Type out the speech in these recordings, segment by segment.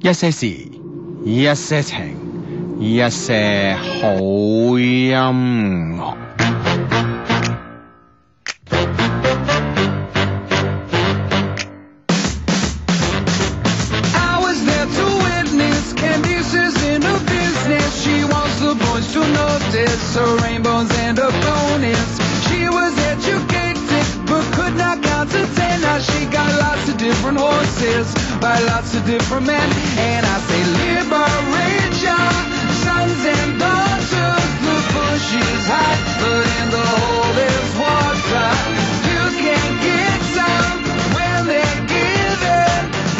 一些事，一些情，一些好音樂。 I was there to witness Candice is in her business. She wants the boys to notice her rainbows and her bonus. She was educated but could not count to ten. Now she got lots of different horses by lots of different men. And I say, liberate your sons and daughters. The bush is hot, but in the hole there's water. You can get some when they're given.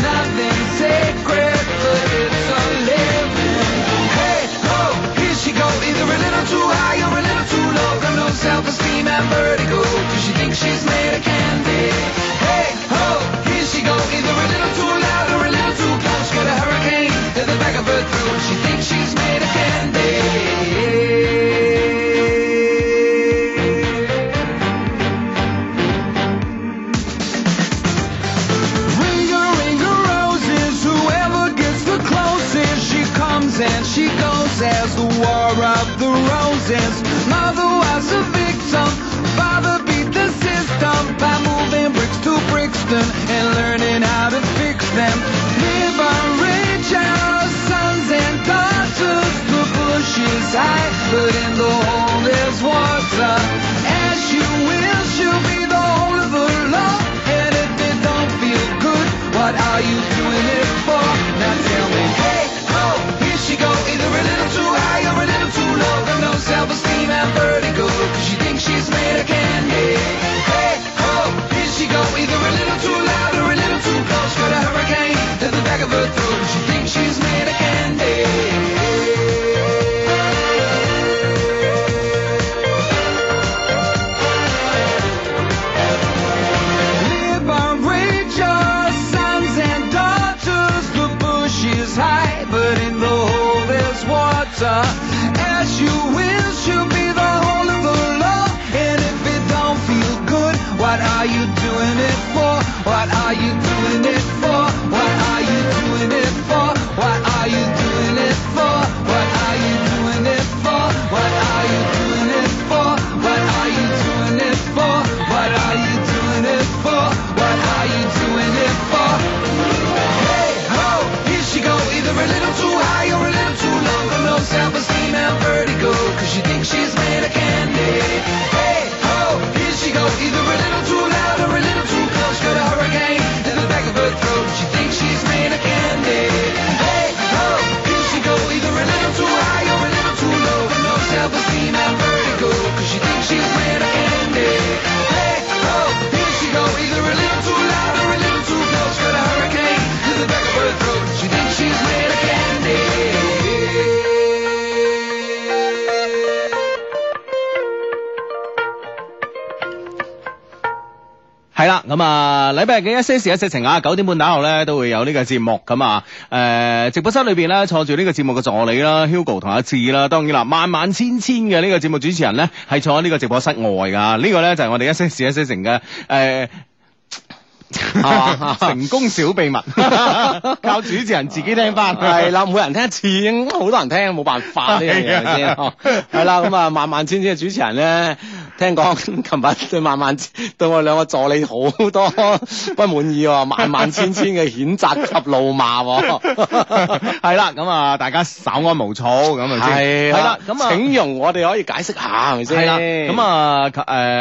Nothing sacred, but it's a living. Hey, ho, here she go. Either a little too high or a little too low. Got no self-esteem and vertigo. Cause she thinks she's made of candy. Hey, ho, here she go. Either a little too loud or a little too close. She got a hurricane to the back of her throat. She thinks she's made of candy. Ring a ring of roses, whoever gets the closest, she comes and she goes as the war of the roses. Mother was a victim, father beat the system by moving bricks to Brixton and learning how to fix them. Liberate your sons and daughters, the bush is high, but in the hole there's water. As you will, she'll be the whole of her love, and if it don't feel good. What are you doing it for? Now tell me, hey, ho, here she go. Either a little too high or a little too low. Got no self-esteem and vertigo. Cause she thinks she's made of candy. Hey, ho, here she go. Either a little too loud or a little too close. Got a hurricane to the back of her throat. She thinks she's made of candy. Liberate your sons and daughters. The bush is high, but in the hole there's water. As you will, she'll be the whole of the law. And if it don't feel good, what are you doing it for? What are you doing it for? What are you doing it for? What are you doing it for? What are you doing it for? What are you doing it for? What are you doing it for? What are you doing it for? What are you doing it for? Hey ho, here she go, either a little too high or a little too low. Got no self-esteem and vertigo, cause she thinks she's made of candy. Hey ho, here she go, either a little too loud or a little too close. Got a hurricane in the back of her throat. She thinks she's made of candy. Hey ho, here she go, either a little too high or a little too low. Got no self-esteem and vertigo, cause she thinks she's made of candy. Hey ho, here she go, either a little too loud or a little too close. Got a hurricane to the back of her throat. She thinks she's made of candy. 係啦，咁啊，禮拜日嘅一些事一些情啊，九點半打後咧都會有呢個節目咁啊。誒、直播室裏邊咧坐住呢個節目嘅助理啦，Hugo 同阿志啦，當然啦，萬萬千千嘅呢個節目主持人咧係坐喺呢個直播室外㗎。呢、個咧就係、我哋一些事一些情嘅誒。嘛成功小秘密，靠主持人自己聽翻。係啦，每人聽一次，應該好多人聽，冇辦法呢樣嘢係咪 係先？啊係啦，咁啊，萬萬千千嘅主持人咧，聽講 琴日對萬萬對我兩個助理好多 不滿意喎，萬萬千千嘅譴責及怒罵 啊喎。係啦，咁啊，大家稍安無躁咁啊先。係係啦啦，，咁咁啊，啊。請容我哋可以解釋下係咪先？係啦，咁啊，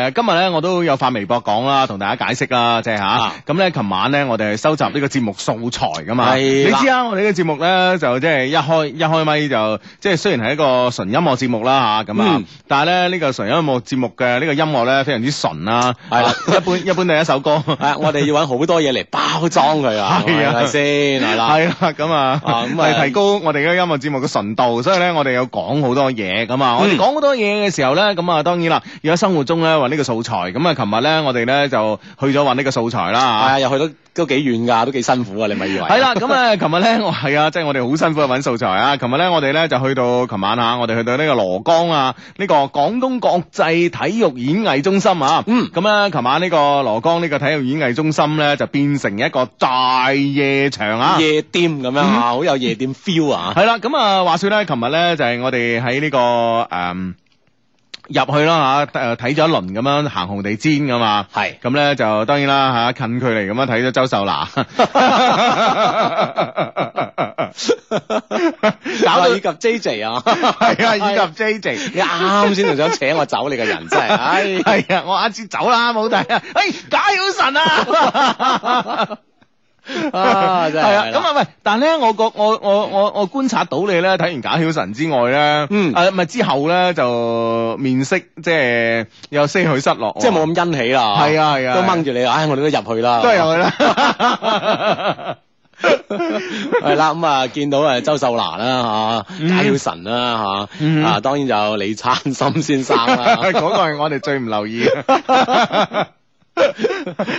誒、今日咧我都有發微博講啦，同大家解釋啦，即係吓啊。咁咧，琴晚咧我哋係收集呢個節目素材噶嘛，係你啦知啊，我哋呢個節目咧就即係一開一開咪就即係雖然係一個純音樂節目啦吓，咁啊嗯，但係咧呢個純音樂節目嘅呢個音樂咧非常之純啦，係啦啊 一般一般第一首歌，係啊，我哋要揾好多嘢嚟包裝佢 啊，係啊係咪先？係啦。係啦，咁啊，啊咁啊係提高我哋嘅音樂節目嘅純度，所以咧我哋有講好多嘢咁嗯啊。我哋講好多嘢嘅時候咧，咁啊當然啦，要喺生活中咧揾呢個素材。咁啊，琴日咧我哋咧就去咗揾呢個素材係啦啊，又去到都幾遠㗎，都幾辛苦啊！你咪以為系啦，咁啊，琴日咧，我係啊，即係我哋好辛苦去揾素材啊。琴日咧，我哋咧就去到琴晚啊，我哋去到呢個羅江啊，呢、個廣東國際體育演藝中心啊。嗯咁咧，琴晚呢個羅江呢個體育演藝中心咧，就變成一個大夜場啊。夜店咁樣啊，好有夜店 feel 啊！係啦，咁啊，話說咧，琴日咧就係我哋喺呢個诶。嗯入去啦吓，誒睇咗一輪咁樣行紅地氈噶嘛，係咁咧就當然啦吓，近距離咁樣睇咗周秀娜， 搞 搞到到以及 J J 啊，係啊，以 及 J J。你 啱先仲想請我走，你個人真 係，唉，係啊，我啱先走啦，冇睇啊！哎，解好神啊！ 啊真係係啊，咁啊喂，但咧我覺我我我我觀察到你咧，睇完假曉晨之外咧，嗯啊唔係之後咧就面色即係有些許失落喎，即係冇咁欣喜啦，係啊係啊都掹住你，唉，我哋都啊入去啦，都係有 啦。系啦，咁啊，見到啊周秀娜啦吓，嗯贾曉晨啦嗯吓，啊當然就李燦森先生啦 嗰，個係我哋最唔留意 嘅。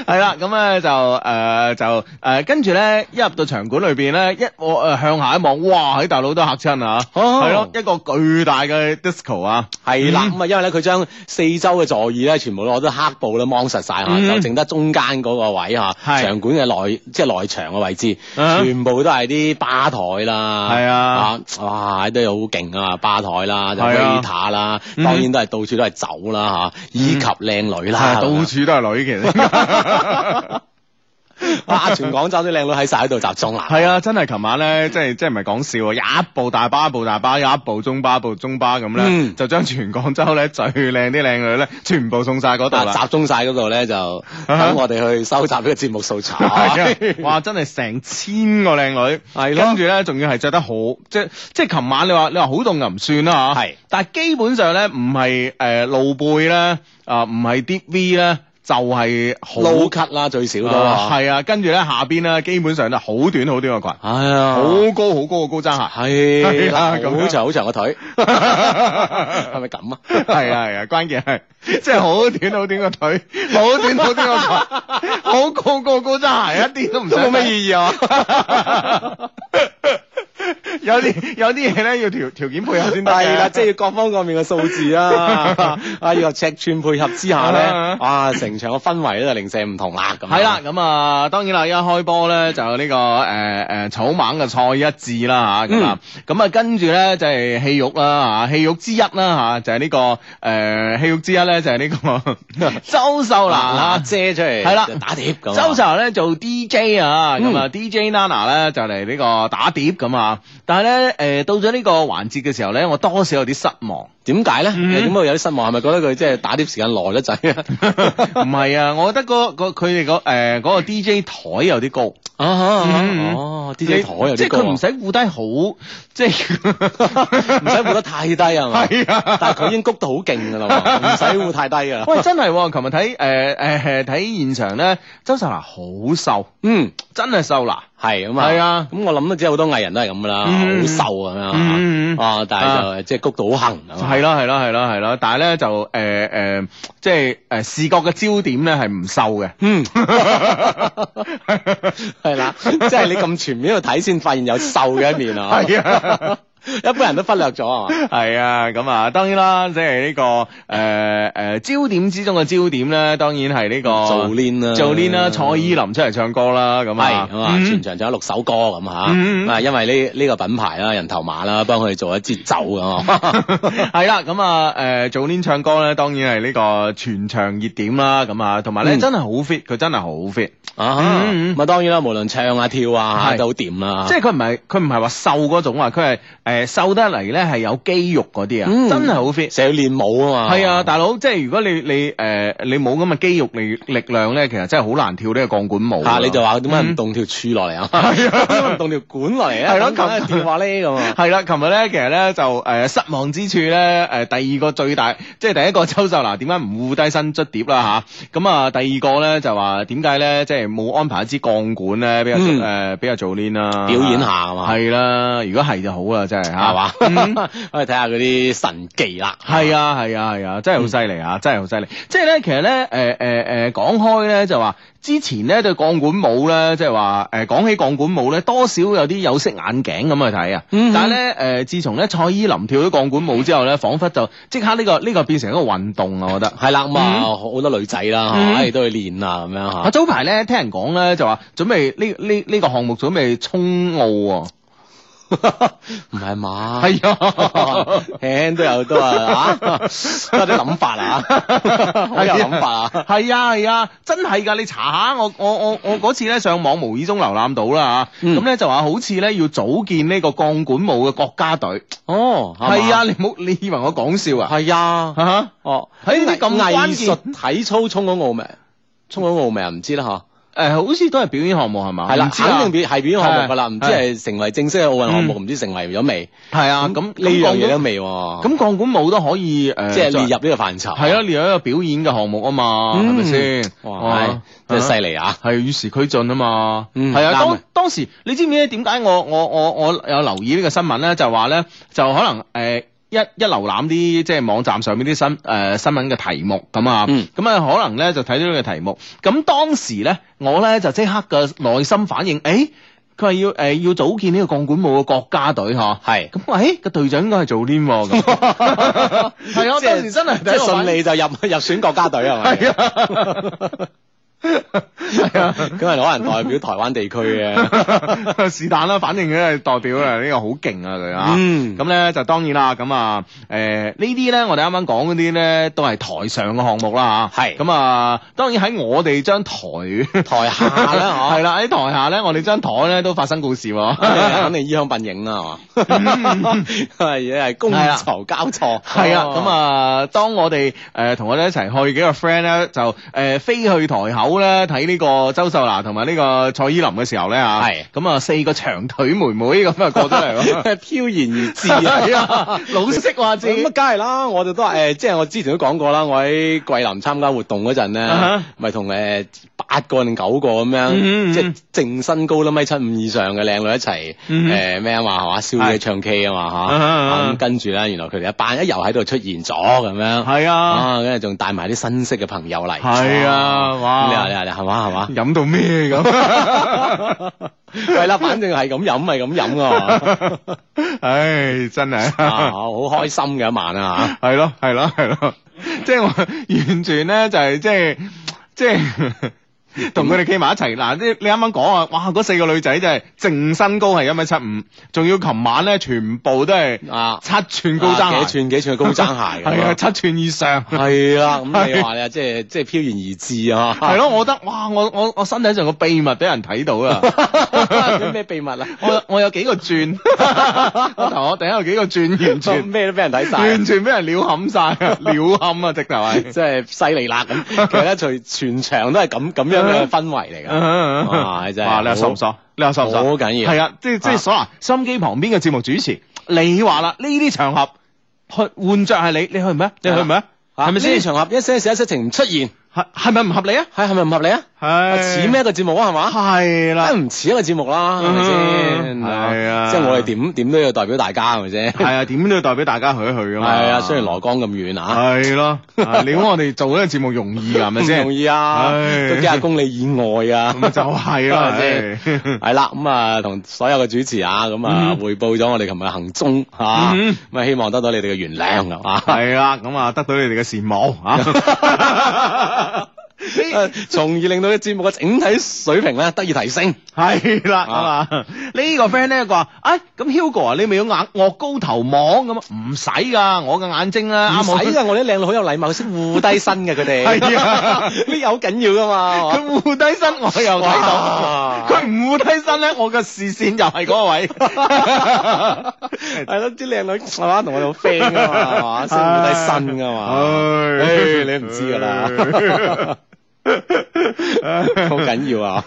係啦，咁咧就誒、呃就誒，跟住咧一入到場館裏邊咧，一我誒、呃向下一望，哇！喺大佬都嚇親啊，哦係咯、一個巨大嘅 disco 啊，係啦，嗯咁啊，因為咧佢將四周嘅座椅咧全部攞咗黑布咧掹實晒吓，嗯就剩得中間嗰個位吓，係場館嘅內即係內場嘅位置，啊全部都係啲吧台啦，係啊，哇，都好勁啊，吧台啦，就係啊 waiter 啦，嗯當然都係到處都係酒啦吓，以及靚女啦，到咁 樣處都係女，其實。 啊，全廣州啲靚女喺晒喺度集中啦，係啊，真係琴晚咧，即係即係唔係講笑啊！一部大巴，一部大巴，一部中巴，一部中巴咁咧，嗯就將全廣州咧最靚啲靚女咧，全部送晒嗰度啊啦。集中晒嗰度咧，就等我哋去收集呢個節目素材。啊係啊哇！真係成千個靚女，係咯跟住咧，仲要係着得好，即即係琴晚你話你話好凍又唔算啦嚇，啊係，但係基本上咧唔係誒露背咧，啊唔係啲 V 咧，就係好撈咳啦，最少都啊係。係啊，跟住咧下邊咧基本上都係好短好短嘅裙，哎呀，好高好高嘅高踭 鞋，係係啦，啊咁樣好長好長個腿，係係咪咁啊？係啊係啊，關鍵係即係好短好短個腿，好短好短個裙，好高高高踭鞋，一啲都唔都冇想乜睇意義啊！ 有啲有啲嘢咧要條條件配合先得嘅係啦，即係要各方各面嘅數字啦，啊，要尺寸配合之下咧啊，哇，成場嘅氛圍咧就零舍唔同啦，咁樣係啦，，咁啊，當然啦，一開波咧就呢、個誒誒、呃草蜢嘅蔡一智啦嚇，咁啊，嗯咁啊跟住咧就係戲肉啦嚇，戲肉之一啦嚇，就係呢、個誒戲肉之一咧就係呢、 個周秀娜嗱啊嗱遮出嚟，係啦打碟咁啊，周秀咧做 DJ 啊，咁啊 DJ Nana 咧就嚟呢個打碟咁啊，但係咧誒到咗呢個環節嘅時候咧，我多少有啲失 望。點解咧？嗯你點解會有啲失望？係咪覺得佢即係打碟時間耐得滯啊？唔係啊，我覺得嗰個佢哋個誒嗰個 DJ 台有啲高啊啊嗯哦，DJ 台有即啲係高佢啊唔使顧低好，即係唔使估得太低係嘛？ 係啊但係佢已經谷到好勁㗎啦喎，唔使估太低㗎啦。喂，真係喎！琴日睇誒誒睇現場咧，周秀娜好瘦，嗯，真係瘦啦。係咁啊。係啊咁我諗都知好多藝人都係咁㗎啦，嗯好瘦咁樣嗯嗯嗯啊啊，但係就即係谷到好行啊。係啦係啦係啦係啦，但係咧就誒誒、呃呃即係誒、呃視覺嘅焦點咧係唔瘦嘅。嗯，係啦， 即係你咁全面去睇先，發現有瘦嘅一 面 啊。係啊。一般人都忽略 咗啊嘛。係啊，咁啊，當然啦，即係呢個誒誒、呃呃焦點之中嘅焦點咧，當然係呢、個做啊 Lin 啦做 Lin 啦，蔡依林出嚟唱歌啦，咁啊，係咁啊，嗯全場就有六首歌咁嚇，嗯嗯咁啊，因為呢呢個品牌啦，人頭馬啦，幫佢哋做一支酒 嗯咁啊。 係啦，咁啊，诶，早年唱歌咧，當然係呢個全場熱點啦，咁啊，同埋咧嗯真係好 fit，佢真係好 fit，啊，嗯嗯咁啊當然啦，無論唱啊跳啊係都好掂啦，即係佢唔係佢唔係話瘦嗰種啊，佢係诶瘦得嚟咧係有肌肉嗰啲嗯啊，真係好 fit。成日要練舞啊嘛。係啊，大佬，即係如果你你诶你冇咁嘅肌肉力力量咧，其實真係好難跳呢個鋼管舞㗎。嚇你就話點解唔嗯動條柱落嚟啊？係啊，點解唔動條管落嚟啊？係咯琴咁電話呢咁啊。係啦，琴日咧，其實咧就誒、呃失望之處咧，誒、第二個最大，即係第一個周秀娜點解唔護低身捽碟啦吓，咁啊，第二個咧就話點解咧，即係冇安排一支鋼管咧，比較誒、嗯呃比較早練啦，表演下係嘛係啦，如果係就好啦，真係。係嚇係嘛嗯？ 我哋睇下佢啲神技啦。係啊係啊係啊，真係好犀利啊！真係好犀利。即係咧，其實咧，誒誒誒，講開咧就話，之前咧對鋼管舞咧，即係話誒講起鋼管舞咧，多少有啲有色眼鏡咁去睇啊。嗯但係咧誒，自從咧蔡依林跳咗鋼管舞之後咧，彷彿就即刻呢、個呢、個變成一個運動啊！我覺得。係啦，咁啊好多女仔啦，嗯唉都去練啊咁樣我嚇。早排咧聽人講咧就話準備呢呢呢個項目準備衝奧喎。唔係嘛？啊係啊 輕輕都有都啊， 嚇都有啲諗法啊， 好有諗法啊。係啊係啊，真係㗎！你查下我我我我嗰次咧上網無意中瀏覽到啦嚇，嗯咁咧就話好似咧要組建呢個鋼管舞嘅國家隊。哦，係係啊，啊，你冇你以為我講笑啊？係啊，嚇哦，喺呢啲咁關藝鍵術體操衝咗奧未？衝咗奧未啊？唔知啦嚇。誒，好似都係表演項目係嘛？係啦，唔知啊肯定表係表演項目噶係啦，嗯唔知係成為正式嘅奧運項目，唔知成為咗未？係啊，咁呢樣嘢都咁未喎，咁鋼管舞都可以誒，即係列作入呢個範疇。係啊，列入一個表演嘅項目啊嘛，係咪嗯先？哇，係真係犀利啊！係與時俱進啊嘛，係、嗯啊，啱當啊當時你知唔知點解我我我我有留意呢個新聞咧？就話咧，就可能誒。呃一一瀏覽啲即係網站上面啲新誒、呃新聞嘅題目咁啊，嗯咁啊、可能咧就睇到呢個題目，咁當時咧我咧就即刻嘅內心反應，誒佢話要誒、呃要組建呢個鋼管舞嘅國家隊嚇，係咁誒個隊長應該係做 Lin 喎咁， 係啊，我即係當時真係即係順利就入 入選國家隊 係咪？係啊。係啊，咁係可能代表台灣地區 嘅。是但啦，反正佢係代表啦，呢個好勁啊佢啊。嗯咁咧就當然啦，咁啊，誒呢啲咧，我哋啱啱講嗰啲咧，都係台上嘅項目啦嚇。係咁啊，當然喺我哋張台台下係 啦，啦，喺台下咧，我哋張台咧都發生故事嗬，即係啊喎。肯定衣香鬢影啦，係嘛？ 係係觥籌交錯，嗯係啊，咁啊，當我哋誒同我哋一齊去幾個 friend 咧，就誒、呃、飛去台口咧睇呢個周秀娜同埋呢個蔡依林嘅時候咧啊，係咁啊四個長腿妹妹咁啊過咗嚟喎。哦 飄然而至 係啊！啊，老識話自咁啊，梗係啦，我哋 都係誒，即係我之前都講過啦，我喺桂林參加活動嗰陣啊咧哈，咪同誒八個定九個咁嗯嗯嗯樣，即係淨身高啦，米七五以上嘅靚女一齊嗯誒咩啊嘛，係嘛，宵夜係唱 K 啊啊哈啊哈嘛嚇，咁跟住咧，原來佢哋一班一又喺度出現咗咁樣，係啊，啊，跟住仲帶埋啲新識嘅朋友嚟，係啊，咁你話你哇，話你係嘛係嘛？ 飲到咩咁？ 係啦，反正係咁飲係咁飲噶，唉，真啊係。好開心嘅一晚啊！係咯，係咯，係咯，即係我完全咧就係即係即 係同佢哋企埋一齊嗱，啲你啱啱講啊，哇！嗰四個女仔真係淨身高係一米七五，仲要琴晚咧全部都係啊，七寸高啊踭幾鞋，寸幾寸嘅高踭鞋咁 係樣啊，七寸以上。係啦，咁你話你啊，即係即係飄然而至啊，係咯，我覺得哇，我我我身體上個秘密俾人睇到 啦。咯， 咩秘密啊？我我有幾個 轉，我頭我頂有幾個轉，完全咩都俾人睇完 晒，啊全俾人撩冚晒 啊，撩冚啊，直頭係。真係犀利啦！咁其實咧，全全場都係咁咁嗯樣嘅氛圍嚟㗎，啊哇哇真係你話傻唔傻？你話傻唔傻？好緊要係啊，即係即係啊所啦，心機旁邊嘅節目主持，你話啦，呢啲場合去換着係啊你，你去唔咩？你去唔咩？係係咪咪先？先？啊場合一些事一些情唔出現，係係咪唔合理啊？係係咪唔合理啊？係似咩一個節目啊？係嘛？係啦，梗唔似一個節目啦，係咪先？嗯係啊即係我哋點點都要代表大家，係咪先？係啊，點都要代表大家去一去啊嘛。係啊，雖然羅江咁遠啊，係咯，啊你估我哋做呢個節目 容易㗎係咪唔先？容易啊，唉都幾廿公里以外啊。咁就係啦，係 係系啦，咁啊，同所有嘅主持啊，咁啊嗯，汇报咗我哋琴日嘅行蹤啊，嗯咁啊，希望得到你哋嘅原 諒啊，係啦，咁啊，得到你哋嘅羨慕 啊！啊從而令到嘅節目嘅整體水平咧得以提升。係啦，咁啊，呢個 friend 咧佢話：，哎，咁 Hugo 啊，你咪要眼惡高頭望咁啊？唔使㗎，我嘅眼睛咧啊唔啱好使啊噶，我哋啲靚女好有禮貌，識護低身嘅佢 哋，係啊 呢個好緊要噶嘛。佢護低身，我又睇到哇；佢唔護低身咧，我嘅視線又係嗰 位。係咯，啲靚女係嘛，同我哋好 friend 噶嘛，係嘛，識護低身噶嘛，唉唉 你唔知 㗎啦。好緊要啊。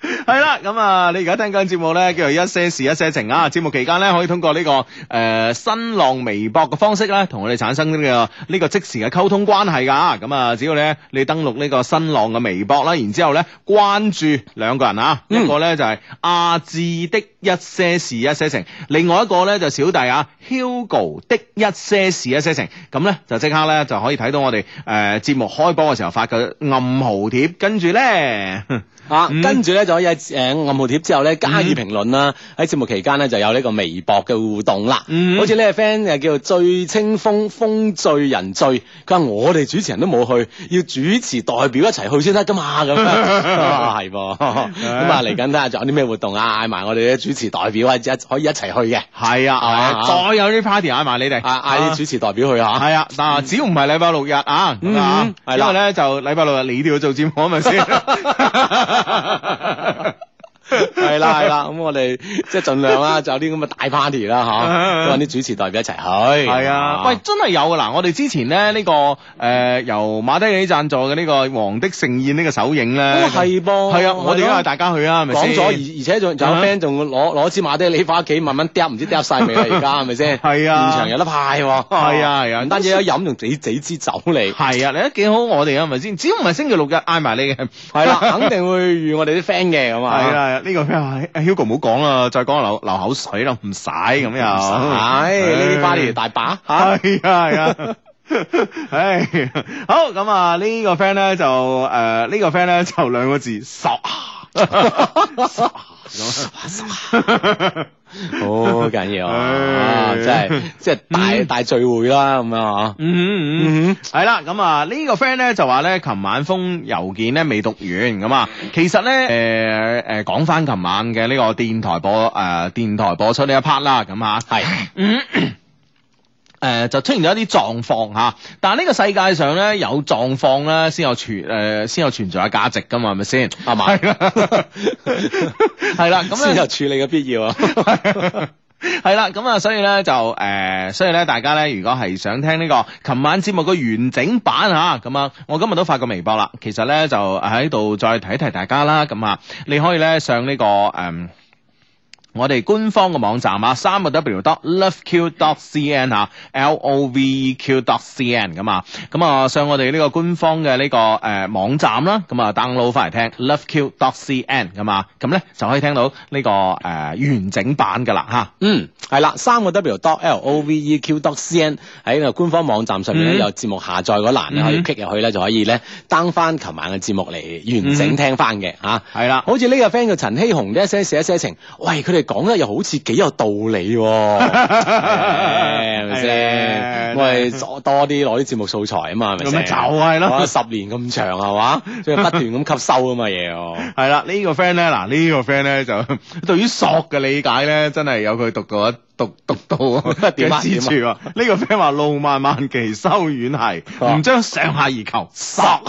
系啦，咁啊，你而家聽緊節目咧，叫做一些事一些情啊。節目期間咧，可以通過呢、個誒、呃新浪微博嘅方式咧，同我哋產生呢、個 呢、個即時嘅溝通關係㗎。咁啊，只要咧你登錄呢個新浪嘅微博啦，然之後咧關注兩個人啊，一個咧就係阿志的。一些事一些情，另外一個咧就小弟啊 Hugo 的一些事一些情，咁咧就即刻咧就可以睇到我哋誒節目開波嘅時候發嘅暗號貼，跟住咧。啊，嗯跟住咧就可以喺誒暗號貼之後咧加以評論啦。喺節目期間咧就有呢個微博嘅互動啦。嗯好似呢個 friend 誒叫做醉清風風醉人醉，佢話我哋主持人都冇去，要主持代表一齊去先得噶嘛咁樣。啊 係噃，咁嗯啊嚟緊睇下仲有啲咩活動啊，嗌埋我哋啲主持代表啊，一可以一齊去嘅，係啊，啊係啊再有啲 party 嗌埋你哋，啊嗌啲主持代表去嚇。系啊，嗱，只要唔係禮拜六日啊，咁啊嗯，係因啦為咧就禮拜六日你都要做節目，啊係咪 先？係啦係啦，咁我哋即係盡量啦，就有啲咁嘅大 party 啦嚇，揾啲主持代表一齊嗯去。係啊，喂，真係有㗎嗱！我哋之前咧呢個誒由馬德里贊助嘅呢個《王的盛宴》呢個首映咧，哦係噃係啊，我哋都係係咯大家去啊，係咪講先咗，而而且仲仲有啊 friend 仲攞攞支馬爹利翻屋企慢慢嗒，唔知嗒晒未啊？而家係咪 先？係啊現場有得派喎。係啊係啊唔單止有得飲，仲幾幾支酒嚟。係啊，你都幾好我哋啊，係咪先？只要唔係星期六日嗌埋你嘅，係係啦， 肯定會遇我哋啲 friend 嘅咁啊。係啦，呢個咩啊哎？Hugo 唔好講啦，再講流流口水啦，唔使咁又，唉，呢啲 party 大把嚇。系啊系啊。 唉，好咁啊！呢個 friend 咧就誒，呢 個 friend 咧就兩個字傻， 傻咁。啊好緊要啊！唉嗯真係即係大大聚會啦咁啊嗯嗯嗯， 係啦，咁啊呢個 friend 咧就話咧，琴晚封郵件咧未讀完咁啊，其實咧誒誒講翻琴晚嘅呢個電台播誒電台播出呢一 part 啦，咁啊嚇。係 誒、就出現咗一啲狀況嚇，但係呢個世界上咧有狀況咧先有存誒先有存在嘅價值㗎嘛，係咪先？係嘛？係啦，係啦，咁啊先咧有處理嘅必要啊！ 係啦，咁啊，所以咧就誒、所以咧大家咧，如果係想聽呢、個琴晚節目嘅完整版嚇，咁啊，我今日都發個微博啦，其實咧就喺度再提一提大家啦，咁啊，你可以咧上呢、個誒。我哋官方嘅網站啊，三個 W dot loveq dot cn 啊，L O V E Q dot cn 咁啊，咁啊上我哋呢個官方嘅呢、個誒、呃、網站啦，咁啊 download 翻嚟聽 loveq dot cn 咁啊，咁咧就可以聽到呢、個誒、呃完整版噶啦嚇。嗯，係啦，三個 W dot L O V E Q dot C N 喺個官方網站上面咧嗯有節目下載嗰欄咧，嗯可以 click 入去咧就可以咧 down 翻琴晚嘅節目嚟完整聽翻嘅嚇。係啦，好似呢個 friend 叫陳希紅，一些事一些情，喂，佢哋講得又好似幾有道理喎，係咪係咧先？喂，多多啲攞啲節目素材啊嘛，咁係咪咪先？就係咯哇十年咁長係嘛，所以不斷咁吸收啊嘛嘢哦。係啦，呢個 friend 咧，嗱呢個 friend 咧就 對於索嘅理解咧，真係有佢讀到一讀讀到 點嘅啊之處啊！呢哦個 friend 話路漫漫其修遠係，啊唔將上下而求索。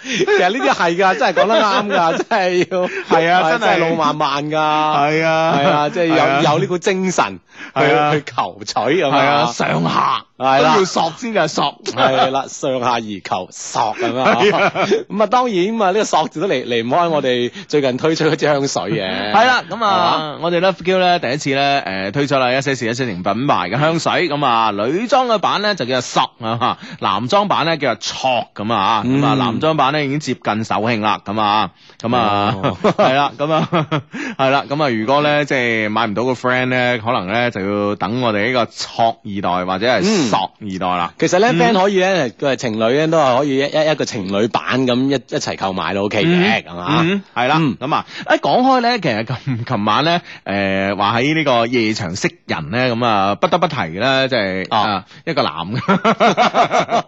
其實呢啲係㗎，真係講得啱 㗎，真係要係啊真係路漫漫㗎，係係啊，係啊，即係有有呢股精神去係啊去求取咁係啊，啊，上下係都啦要索先嘅索。係啦，上下而求索咁啊啊係啊，咁啊當然咁啊呢個索字都離離唔開我哋最近推出嗰支香水嘅，係啦，咁啊，我哋 Love Q 咧第一次咧，誒推出啦一些事一些情品牌嘅香水，咁啊女裝嘅版咧就叫做索啊，男裝版咧叫做戳咁啊，咁啊嗯男裝版咧已經接近售罄啦，咁啊，咁啊哦 係啦，咁啊係啦，咁啊如果咧即係買唔到個 friend 咧，可能咧就要等我哋呢個戳二代或者係嗯索二代啦。其實咧嗯，friend 可以咧，佢係情侶咧，都係可以一一一個情侶版咁一一齊購買都 OK 嘅，係嘛？嗯，係啦，嗯咁啊，一講開咧，其實 琴琴晚咧，誒話喺呢個夜場識人咧，咁啊不得不提咧，即係啊啊一個男嘅。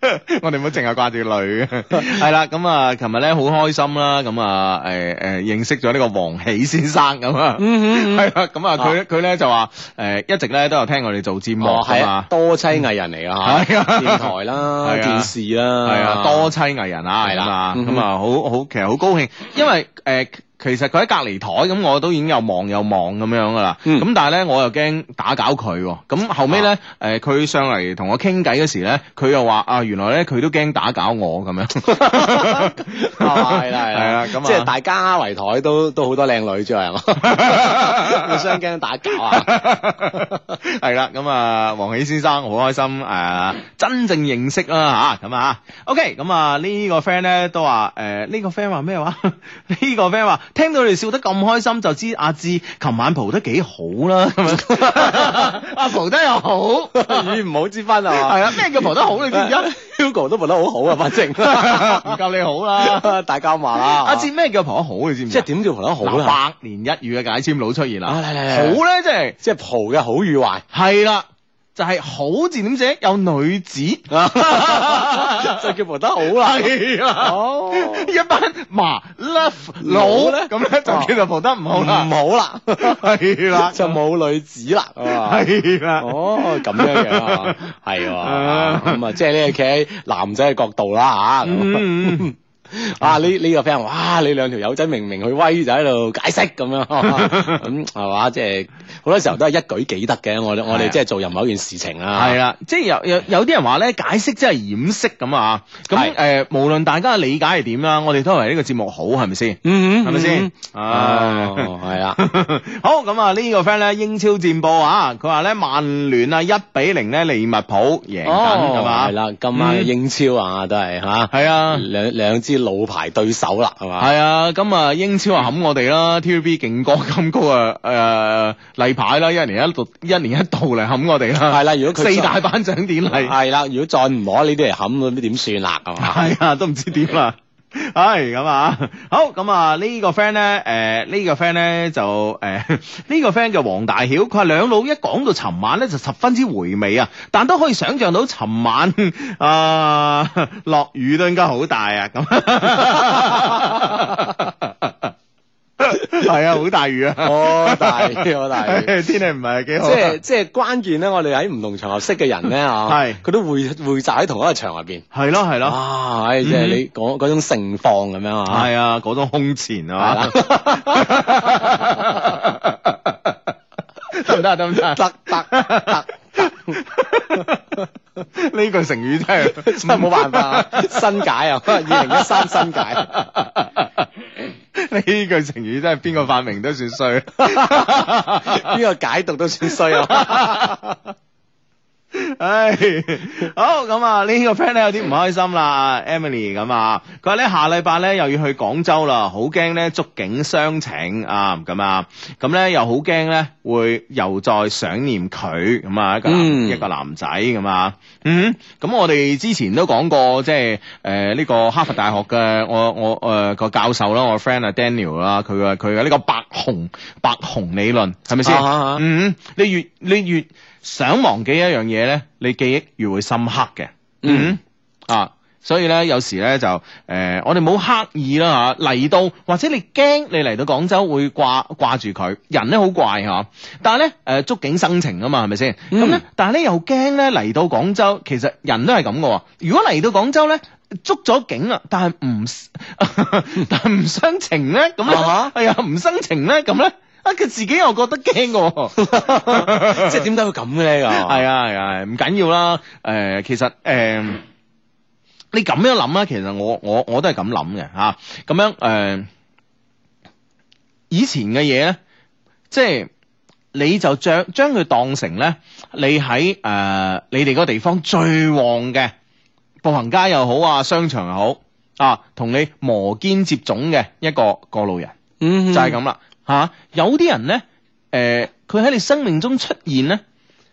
我哋唔好淨係掛住 女嘅，係啦，咁啊，琴日咧好開心啦，咁啊，誒誒認識咗呢個黃喜先生咁啊，嗯嗯嗯係啦，咁啊，佢佢咧就話誒一直咧都有聽我哋做節目哦，係㗎嘛啊，，多妻藝人嚟噶嗯係嚇，啊電台啦、 係啊電視啦，係啊，多妻藝人啊，係咁啦啊，嗯咁啊，好好，其實好高興，因為誒。其實佢喺隔離台咁，我都已經有望有望咁樣噶啦。嗯啊咁、但係咧，我又驚打攪佢喎。咁後尾咧，誒佢、上嚟同我傾偈嗰時咧，佢又話啊，原來咧佢都驚打攪我咁樣。 啊係啦係係啦啦，咁啊即係大家圍台都都好多靚女出嚟嘛， 互相驚打攪啊！係啦，咁啊，黃喜先生好開心誒、真正認識啦吓，咁啊，OK，咁啊呢個 friend 咧都話誒呢個 friend 話咩話？呢個 friend 話聽到你哋笑得咁開心，就知阿志琴晚蒲得幾好啦，咁 樣啊蒲得又好，語唔好之分啊係啊，咩叫蒲得好你知唔知 啊？ ，Hugo 都活得好好啊，反正 唔夠你好啦，大家話啦，阿志咩叫蒲得好你知唔即知係啊？點叫蒲得好嗱啦？百年一遇嘅解簽佬出現啦，啊嚟嚟嚟好咧即係。即係蒲嘅好與 壞。系啦，就係好字點寫有女子， 就叫蒲得好啦。係啊哦一班麻 love 佬佬咧，咧哦嗯咁咧就叫做蒲得唔好唔啦，好啦，係啦，就冇女子啦。 係啊啦，哦，咁樣樣啊，係喎，咁啊，即係呢個企喺男仔嘅角度啦嚇。咁嗯嗯啊，呢呢個 friend 話：，哇，你兩條友仔明明去威就喺度解釋 咁樣，咁係嘛？即係好多時候都係一舉幾得嘅。我哋我哋即係做任何一件事情啊，啊係啦，即係有有有啲人話咧，解釋即係掩飾咁啊，咁係誒，無論大家嘅理解係點啦，我哋都係為呢個節目好，係咪先？嗯，嗯係咪先？？啊，啊。係啦。好咁啊！呢個 friend 咧英超戰報啊，佢話咧曼聯啊一比零咧利物浦贏緊咁啊，哦係啦，今晚嘅嗯英超啊，都係吓，係啊。兩兩支老牌對手啦，係嘛？係啊，咁啊英超啊冚我哋啦，TVB 勁歌金曲啊誒例牌啦，一年一度一年一度嚟冚我哋啦，係啦，如果佢啊四大頒獎典禮，係啦，如果再唔攞呢啲嚟冚，咁點算啦？ 係嘛？係啊，都 唔知點啦。係咁啊，好咁啊，呢個 friend 咧，誒、呢、個 friend 咧就誒 呢、個 friend 叫黃大曉，佢話兩老一講到尋晚咧就十分之回味啊，但都可以想像到尋晚 啊 落雨都應該好大啊咁， 係啊，好大雨啊， 好哦大好大雨天氣唔係幾 即好啊，係即係關鍵咧，我哋喺唔同場合識嘅人咧，啊， 係佢都匯匯集喺同一個場合入邊。係咯係咯，啊，唉即係嗯你嗰嗰種盛況咁樣啊，係啊，嗰種空前啊， 得唔得啊得唔得啊？ 得得得， 呢句成語 真係真係冇辦法， 新解 啊，二零一三新解。呢句成語真係邊個發明都算衰。呢個解讀都算衰 啊！唉，好咁啊！呢、個 friend 咧有啲唔開心啦，Emily 咁啊，佢話咧下禮拜咧又要去廣州啦，好驚咧觸景傷情啊咁啊，咁咧又好驚咧會又再想念佢咁啊一個男、嗯一個男仔咁啊，嗯，咁我哋之前都講過，即係誒呢個哈佛大學嘅我我誒個、教授啦，我 friend 啊 Daniel 啦，佢嘅佢嘅呢個白熊白熊理論係咪先？啊啊啊嗯，你越你越想忘記一樣嘢咧，你記憶越會深刻嘅。嗯啊，所以咧有時咧就誒、呃我哋冇刻意啦嚇，嚟到或者你驚你嚟到廣州會掛掛住佢，人咧好怪嚇，但係咧誒觸景生情啊嘛，係咪先？咁咧、嗯但係咧又驚咧嚟到廣州，其實人都係咁嘅喎。如果嚟到廣州咧。捉咗景啦，但係唔 但係唔生情咧，咁咧，啊哈係啊，唔生情咧，咁咧，啊佢自己又覺得驚嘅 喎。 即係點解會咁嘅咧？係係啊，啊係啊，係唔緊要啦。誒，其實誒，你咁樣諗啊，其實我我我都係咁諗嘅嚇。咁樣誒，以前嘅嘢咧，即係你就將將佢當成咧，你喺誒你哋嗰個地方最旺嘅步行街又好啊，商場又好啊，同你摩肩接踵嘅一個過路人。嗯就係，咁啦嚇。有啲人咧，誒、佢喺你生命中出現咧，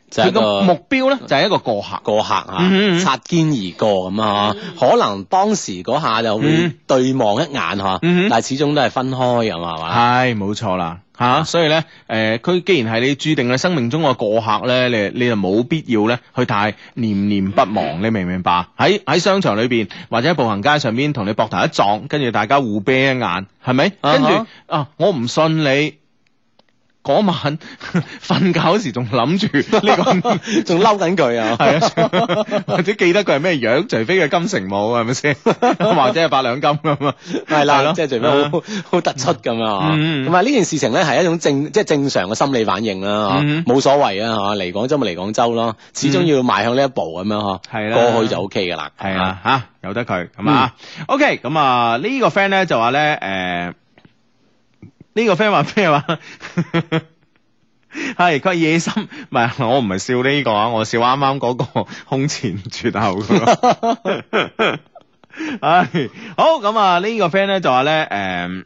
就係佢一個嗯個目標咧就係一個過客。過客啊嗯嗯，嗯擦肩而過咁啊，可能當時嗰下就會嗯對望一眼嚇，嗯嗯但係始終都係分開咁啊係嘛。係冇錯啦嚇、所以咧誒，佢、既然係你注定你生命中嘅過客咧，你你就冇必要咧去太念念不忘，你明唔明白？喺喺商場裏邊或者喺步行街上邊同你膊頭一撞，跟住大家互啤一眼，係咪？啊哈跟住啊，我唔信你。嗰晚 瞓覺嗰時仲諗 住呢個仲嬲緊佢啊！係啊，或者記得佢係咩樣，除非佢金城武係咪先， 或者係八兩金咁啊，係係啦，咯啊嗯即係除非好好突出咁樣啊，嗯嗯同埋呢件事情咧係一種正即係正常嘅心理反應啦，啊嗯冇所謂啊嚇，嚟廣州咪嚟廣州咯，始終要邁向呢一步咁樣呵，係啦過去就 O K 噶啦，係啊，吓、由得佢咁啊。OK，咁啊呢個 friend 咧就話咧，誒、呢、個 friend 話 咩話？係佢話野心，唔係我唔係笑呢、個啊，我笑啱啱嗰個空前絕後嗰 個唉，好咁啊！呢個 friend 咧就話咧，誒、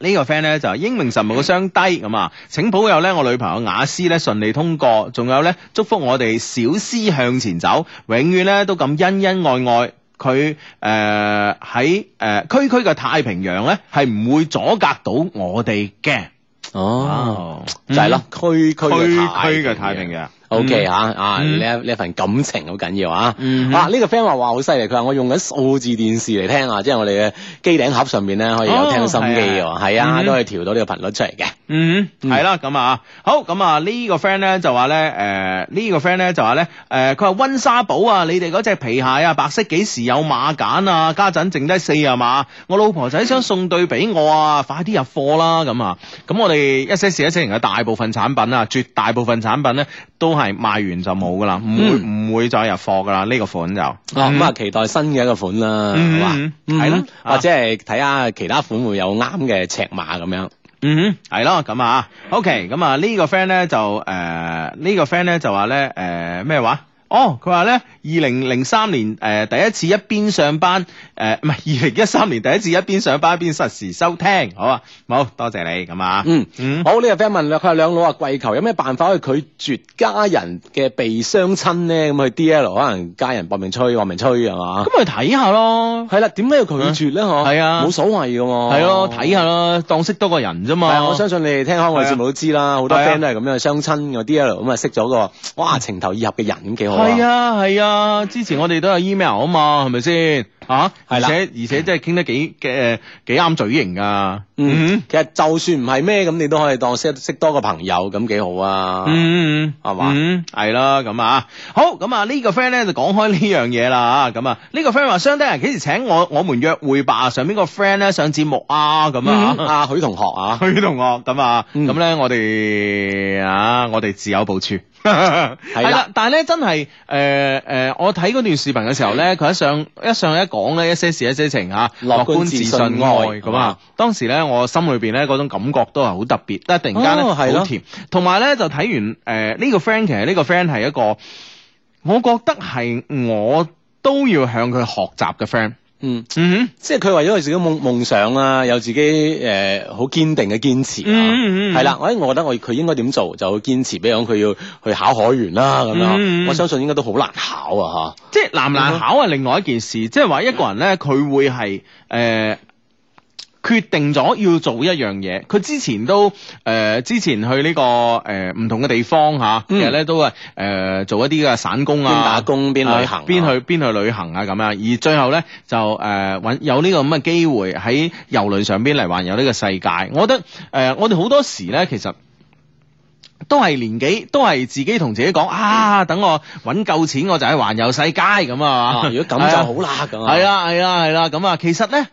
呢個 friend 咧就係英明神武嘅雙低咁啊，請保佑咧我女朋友雅思咧順利通過，仲有咧祝福我哋小思向前走，永遠咧都咁恩恩愛愛。佢誒喺誒區區嘅太平洋咧，係唔會阻隔到我哋嘅。哦，就嗯係咯，區區區區區嘅太平。洋。 O K 吓啊，嗯呢一呢一份感情好緊要啊！嗯啊，呢個 friend 話話好犀利，佢話我用緊數字電視嚟聽啊，即係我哋嘅機頂盒上面咧可以有哦聽心機嘅喎，係啊，嗯都可以調到呢個頻率出嚟嘅。嗯，系啦，咁啊，好，咁啊呢個 friend 咧就話咧，诶呢個 friend 咧就話咧，诶佢話温莎堡啊，你哋嗰隻皮鞋啊，白色幾時有碼揀啊？家陣剩低四啊碼，我老婆仔想送對俾我啊，快啲入貨啦，咁啊，咁我哋一些事一些情嘅大部分產品啊，絕大部分產品咧都係賣完就冇噶啦，唔會唔會再入貨噶啦，呢個款就。哦，咁啊，期待新嘅一個款啦，嗯係嘛嗯？嗯係啦或者係睇下其他款會有啱嘅尺碼咁樣。嗯哼，系咯，咁啊，OK，咁啊呢個 friend 咧就呃誒呢、個 friend 咧就話咧誒咩話？哦，佢話咧，二零零三年誒、呃第一次一邊上班，誒唔係 二零一三年第一次一邊上班一邊實時收聽，好啊，好多謝你咁啊，嗯嗯好呢個 friend 問佢話兩老啊跪求有咩辦法可以拒絕家人嘅被相親咧？咁去 D L 可能家人搏命催搏命催係嘛？咁咪睇下咯，係啦，點解要拒絕咧？嗬，嗯係啊冇所謂嘅喎。係咯，睇下咯，當識多個人啫係嘛，啊，我相信你哋聽開我哋節目都知啦，好多係啊 friend 都係咁樣相親個 D L 咁啊，識咗個哇情投意合嘅人咁幾好啊。係啊係啊，之前我哋都有 email 啊嘛，係咪先啊？係而啦且而且真係傾得幾嘅幾啱嘴型噶，嗯，其實就算唔係咩咁，你都可以當識識多個朋友咁幾好啊。嗯，係嘛嗯，系啦，咁啊，好，咁啊呢個 friend 咧就講開呢樣嘢啦，咁啊呢個 friend 話相低人幾時請我我們約會吧？上邊個 friend 咧上節目啊，咁嗯 啊。阿許同學啊，許同學咁啊，嗯咁咧我哋啊，我哋自有部署。係啦，但係咧真係誒誒，我睇嗰段視頻嘅時候咧，佢一上一上一講咧一些事一些情啊嚇，樂觀自信愛咁啊，當時咧我心裏邊咧嗰種感覺都係好特別，但係突然間咧哦係咯好甜，同埋咧就睇完誒呃呢個 friend 其實呢個 friend 係一個，我覺得係我都要向佢學習嘅 friend。嗯。嗯即係佢為咗佢自己夢夢想啊，有自己誒好、堅定嘅堅持啊，嗯嗯嗯係啦、我我覺得我佢應該點做就堅持，比如講佢要去考海員啦咁樣，嗯嗯嗯我相信應該都好難考啊即係難唔難考係另外一件事，即係話一個人咧，佢會係誒、呃、決定咗要做一樣嘢。佢之前都誒、呃之前去呢、個誒唔、同嘅地方嚇，嗯其實咧都係誒、呃做一啲嘅散工嚇，啊，邊打工邊旅行、啊邊。去邊去旅行啊咁樣，而最後咧就誒揾、有呢個咁嘅機會喺遊輪上邊嚟環遊呢個世界。我覺得誒、呃我哋好多時咧其實。都係年紀，都係自己同自己講啊！等我揾夠錢，我就去環遊世界咁啊！啊如果咁就好啦咁啊係啦，係啦，係啦，咁啊，其實咧，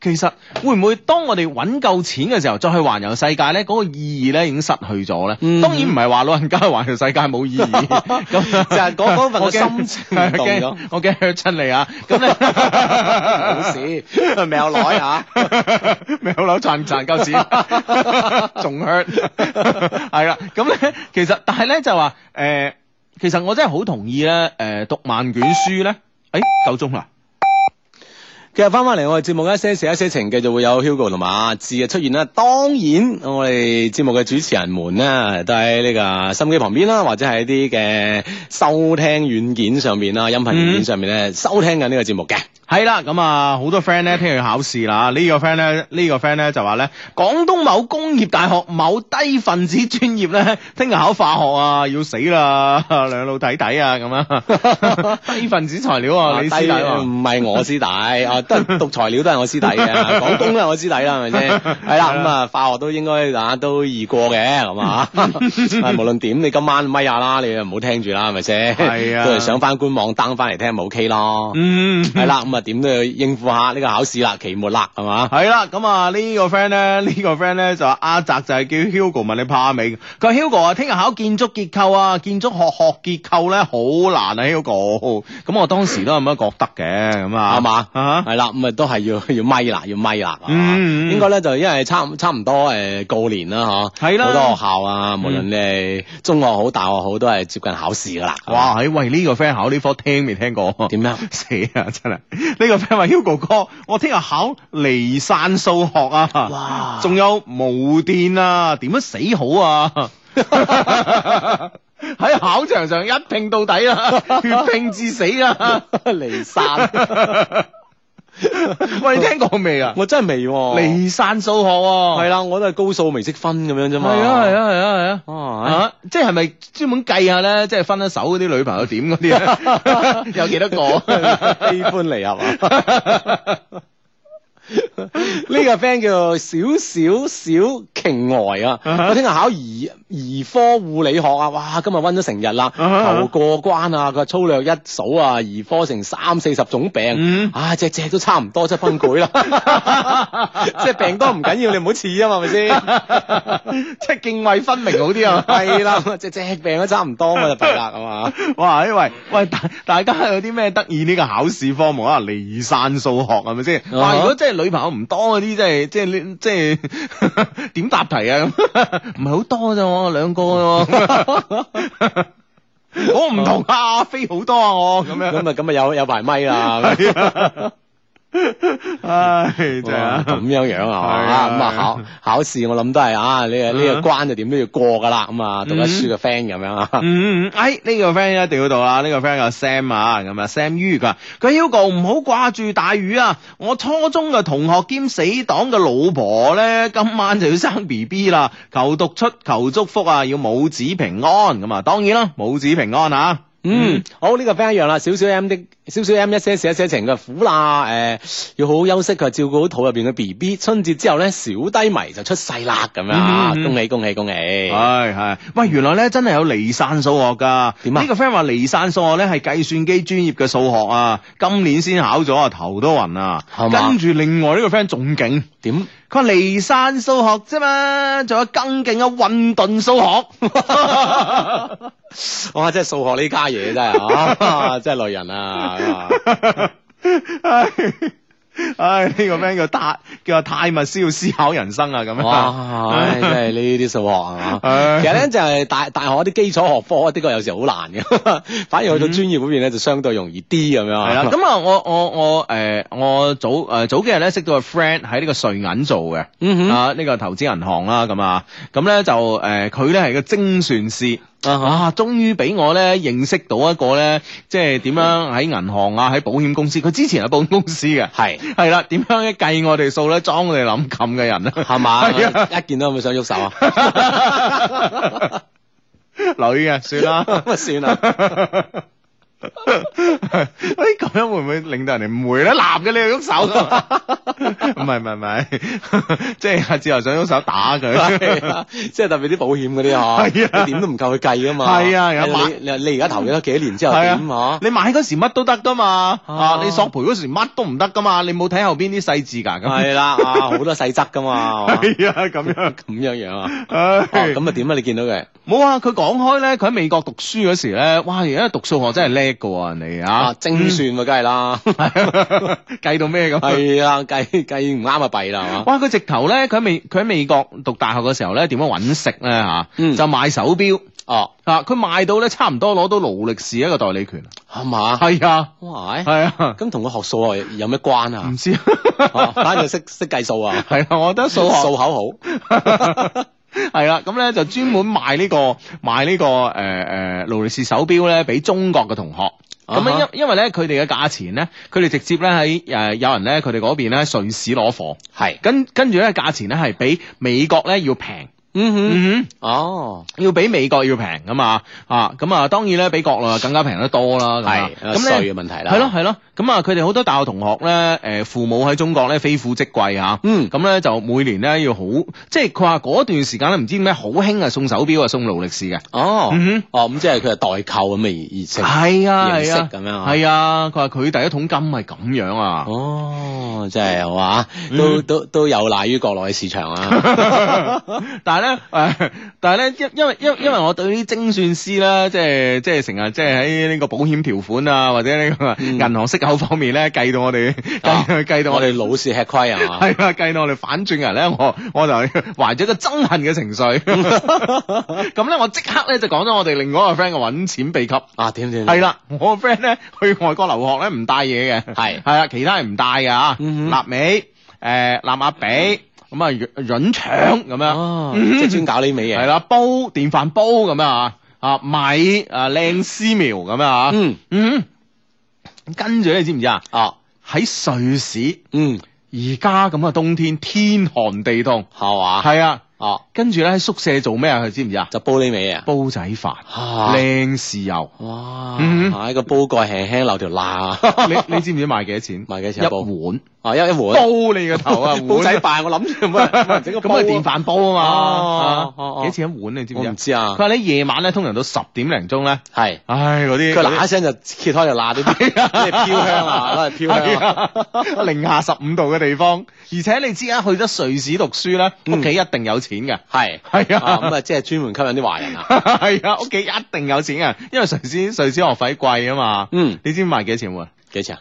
其實會唔會當我哋揾夠錢嘅時候，再去環遊世界咧，嗰、個意義咧已經失去咗咧？嗯當然唔係話老人家去環遊世界冇意義，咁啊就係嗰嗰份嘅 我驚心情唔同咗，我驚 hurt 親你啊！咁咧 冇事，未有耐啊！未好樓賺唔賺夠 錢，仲 hurt 係啦。咁咧，其實但係咧就話誒、呃其實我真係好同意咧誒、呃讀萬卷書咧，誒、夠鐘啦。其實翻翻嚟我哋節目一些事一些情，繼續會有 Hugo 同埋阿志嘅出現啦。當然，嗯我哋節目嘅主持人們呢，都喺呢個心機旁邊啦，或者喺啲嘅收聽軟件上面啦、音頻軟件上面嗯咧、收聽緊呢個節目嘅。系啦，咁啊，好多 friend 咧聽日要考試啦。呢、個 friend 咧，呢、個 friend 咧就話咧，廣東某工業大學某低分子專業咧， 聽日考化學啊，要死啦， 兩老睇睇啊，咁啊， 低分子材料啊，你師弟啊喎唔係我師弟，啊都係讀材料都係我師弟 嘅，廣東都係我師弟啦，係咪先？係啦，咁啊化學都應該啊都易過嘅，咁啊，啊無論點你今晚咪下啦，你唔好聽住啦，係咪先？係啊都係上翻官網 down 翻嚟聽咪 OK 咯。嗯，系啦，咁啊點都要應付下呢個考試啦，期末啦，係嘛？係啦，咁啊呢個 friend 咧，呢、個 friend 咧就話阿澤就係叫 Hugo 問你怕未？佢話 Hugo 啊，聽日考建築結構啊，建築學學結構咧好難啊，Hugo。咁我當時都咁樣覺得嘅，咁啊，係嘛啊係啦，咁啊都係要 要咪啦，要咪啦，係嘛嗯嗯嗯應該咧就因為差唔差唔多誒過年啦，嗬，係啦好多學校啊，無論嗯你係中學好、大學好，都係接近考試噶啦。係嘛哎哇！喺喂呢、個 friend 考呢科聽未聽過？點樣？死啊！真係呢個 friend 話 Hugo 哥，我聽日考離散數學啊，哇仲有無電啊，點樣死好啊？ 喺考場上一拼到底 啦，血拼至死啊啦！ 離散， 喂，你聽過未啊？我真係未喎。離散數學喎，係啦，我都係高數未識分咁樣啫係嘛。啊，係啊，係啊，係啊。啊。啊！即係咪專門計下咧？即係分咗手嗰啲女朋友點嗰啲 啊？有幾多個？悲歡離合啊！呢個 friend 叫小小小瓊呆啊！我聽日考兒兒科護理學啊，哇！今日温咗成日啦，啊哈求過關啊！佢話粗略一數啊，兒科成三四十嗯種病，啊隻隻都差唔多，真係崩潰啦！ 即係病多唔緊要，你唔好似啊嘛，係咪先？即係泾渭分明好啲啊！ 係啦，隻隻病都差唔多，我就弊啦，係嘛？哇！哎喂喂，大大家有啲咩得意呢個考試科目啊？離散數學係咪先？啊哇！如果真係女朋友唔多嗰啲，真係即係呢即係 點答題啊？咁唔係好多咋喎，兩個 啫喎。我唔同啊，飛好多啊，我咁樣。 咁啊，咁啊有有排咪啦。啊唉，真係哇啊咁樣係樣啊嘛，啊嗯咁啊考考試我諗都係啊，呢個呢個關就點都要過噶啦，咁啊讀得書嘅 friend 咁樣啊，嗯，嗯嗯哎，呢、個 friend 一定要到啦，呢、個 friend 叫 Sam 啊，咁啊 Sam U 佢話佢 Hugo 唔好掛住大雨啊，我初中嘅同學兼死黨嘅老婆咧，今晚就要生 B B 啦，求讀出求祝福啊，要母子平安咁啊，當然啦，母子平安啊。 嗯，好呢個 friend 一樣啦，少少 M 的少少 M 一些事一些情嘅苦啦，誒要好好休息，佢照顧好肚入邊嘅 B B，春節之後咧小低迷就出世啦，咁樣啊，嗯嗯嗯啊恭喜恭喜恭喜！係係，喂，原來咧真係有離散數學噶。點啊呢個 friend 話離散數學咧係計算機專業嘅數學啊，今年先考咗啊，頭都暈啊。係嘛跟住另外呢個 friend 仲勁，點佢話離散數學啫嘛，仲有更勁嘅混沌數學。哇！真係數學呢家嘢真係啊， 真係累人啊！咁啊 唉唉，呢、個 friend 叫泰叫阿泰密斯要思考人生啊，咁樣。哇！唉真係呢啲數學啊，唉其實咧就係大大學一啲基礎學科，的確有時好難嘅， 反而去到專業嗰邊咧就相對容易啲咁樣 啊。係啦，咁啊，我我我誒、我早誒、早幾日咧識到個 friend 喺呢個瑞銀做嘅，嗯哼啊呢、個投資銀行啦，咁啊，咁咧就誒佢咧係個精算師。嗯啊！終於俾我咧認識到一個咧，即係點樣喺銀行啊，喺保險公司。佢之前係保險公司嘅，係係啦，點樣計我哋數咧，裝我哋諗冚嘅人咧， 係嘛？係啊一見到有冇想喐手 啊？女嘅算啦。咁啊算啦，哎，咁樣會唔會令到人哋誤會咧？男嘅你要喐手㗎嘛，唔係唔係唔係，即係阿志又想喐手打佢。係啊即係特別啲保險嗰啲嗬，係啊你點都唔夠佢計啊嘛。係啊有你你你而家投咗幾多年之後係點啊嗬？你買嗰時乜都得噶嘛，啊啊你索賠嗰時乜都唔得噶嘛，你冇睇後邊啲細字㗎咁。係啦，啊好多細則噶嘛，係嘛係啊，咁樣。咁樣樣啊。 唉哦，咁啊點啊？你見到佢冇啊！佢講開咧，佢喺美國讀書嗰時咧，哇！而家讀數學真係叻噶喎，人哋啊啊，精算喎，梗係啦， 計到咩咁？係啦，計計唔啱啊弊啦，係嘛？哇！佢直頭咧，佢喺美佢喺美國讀大學嘅時候咧，點樣揾食咧嚇？嗯就賣手錶 哦，啊！佢賣到咧，差唔多攞到勞力士一個代理權。係嘛？係啊，哇！哎係啊，咁同佢學數學有咩關啊唔？知 哦反正就識 識計數啊， 係啊，我覺得數學數口好， 係啦，咁咧就專門賣呢、個賣呢、個誒誒勞力士手錶咧，俾中國嘅同學。咁啊樣哈因因為咧，佢哋嘅價錢咧，佢哋直接咧喺誒有人咧，佢哋嗰邊咧瑞士攞貨，係，跟跟住咧價錢咧係比美國咧要平，嗯哼，嗯哦，哼，要比美國要平噶嘛，啊咁啊當然咧比國內更加平得多啦，咁啊係，咁稅咧嘅問題啦，係咯，係咯，咁啊佢哋好多大學同學咧，誒父母喺中國咧非富即貴啊嚇。嗯，咁咧就每年咧要好，即係佢話嗰段時間咧唔知點解好興啊送手錶啊送勞力士嘅，哦嗯哼，哦，咁即係佢係代購咁嘅熱情，係啊形係式啊咁樣啊係啊，佢話佢第一桶金係咁樣啊，哦，咯，真係係嘛，嗯都都都有賴於國內嘅市場啊。 但系咧，诶，但系咧，因因为因為因为我對啲精算師啦，即係即系成日即係喺呢個保險條款啊，或者呢個嗯銀行息口方面咧，計到我哋啊計計到我我哋哋老是吃虧啊嘛。係啦，計到我哋反轉人咧，我 我就懷咗一個憎恨嘅情 緒。咁咧，我即刻咧就講咗我哋另外一個 friend 嘅揾錢秘笈。啊，點點係啦，我個 friend 咧去外國留學咧唔帶嘢嘅，係係啦，其他係唔帶嘅啊，嗯哼臘味誒臘鴨髀咁啊潤潤腸咁樣。啊，即係專搞呢味系嘢。嗯啦，煲電飯煲咁樣啊，啊米啊靚絲苗咁樣啊，嗯嗯，跟住你知唔知啊？啊，喺瑞士嗯，而家咁嘅冬天，天寒地凍，係嘛？係啊，啊，跟住咧喺宿舍做咩啊？佢知唔知啊？就煲呢味嘢啊。煲仔飯，啊靚豉 油，哇！嗯喺個煲蓋輕輕留條罅， 你你知唔知賣幾多錢？賣幾多錢一煲一碗，啊一一煲碗你個 頭啊！煲仔飯飯，我諗住乜乜整 個咁啊電煲啊，飯煲啊哦哦嘛哦啊，幾錢一碗你知唔我知啊唔？知啊佢， 話你夜晚咧通常到十點零鐘咧，係唉嗰啲佢嗱一聲就揭開就罅到啲，即係 飄香啊，攞嚟飄香啊，係啊零下十五度嘅地方，而且你知啊，去咗瑞士讀書咧，嗯屋企一定有錢嘅。 係係啊，啊，咁啊即係專門吸引啲華 人啊，係啊，屋企一定有錢嘅，因為瑞士瑞士學費貴啊嘛。嗯，你知唔知賣幾多錢喎？幾錢啊？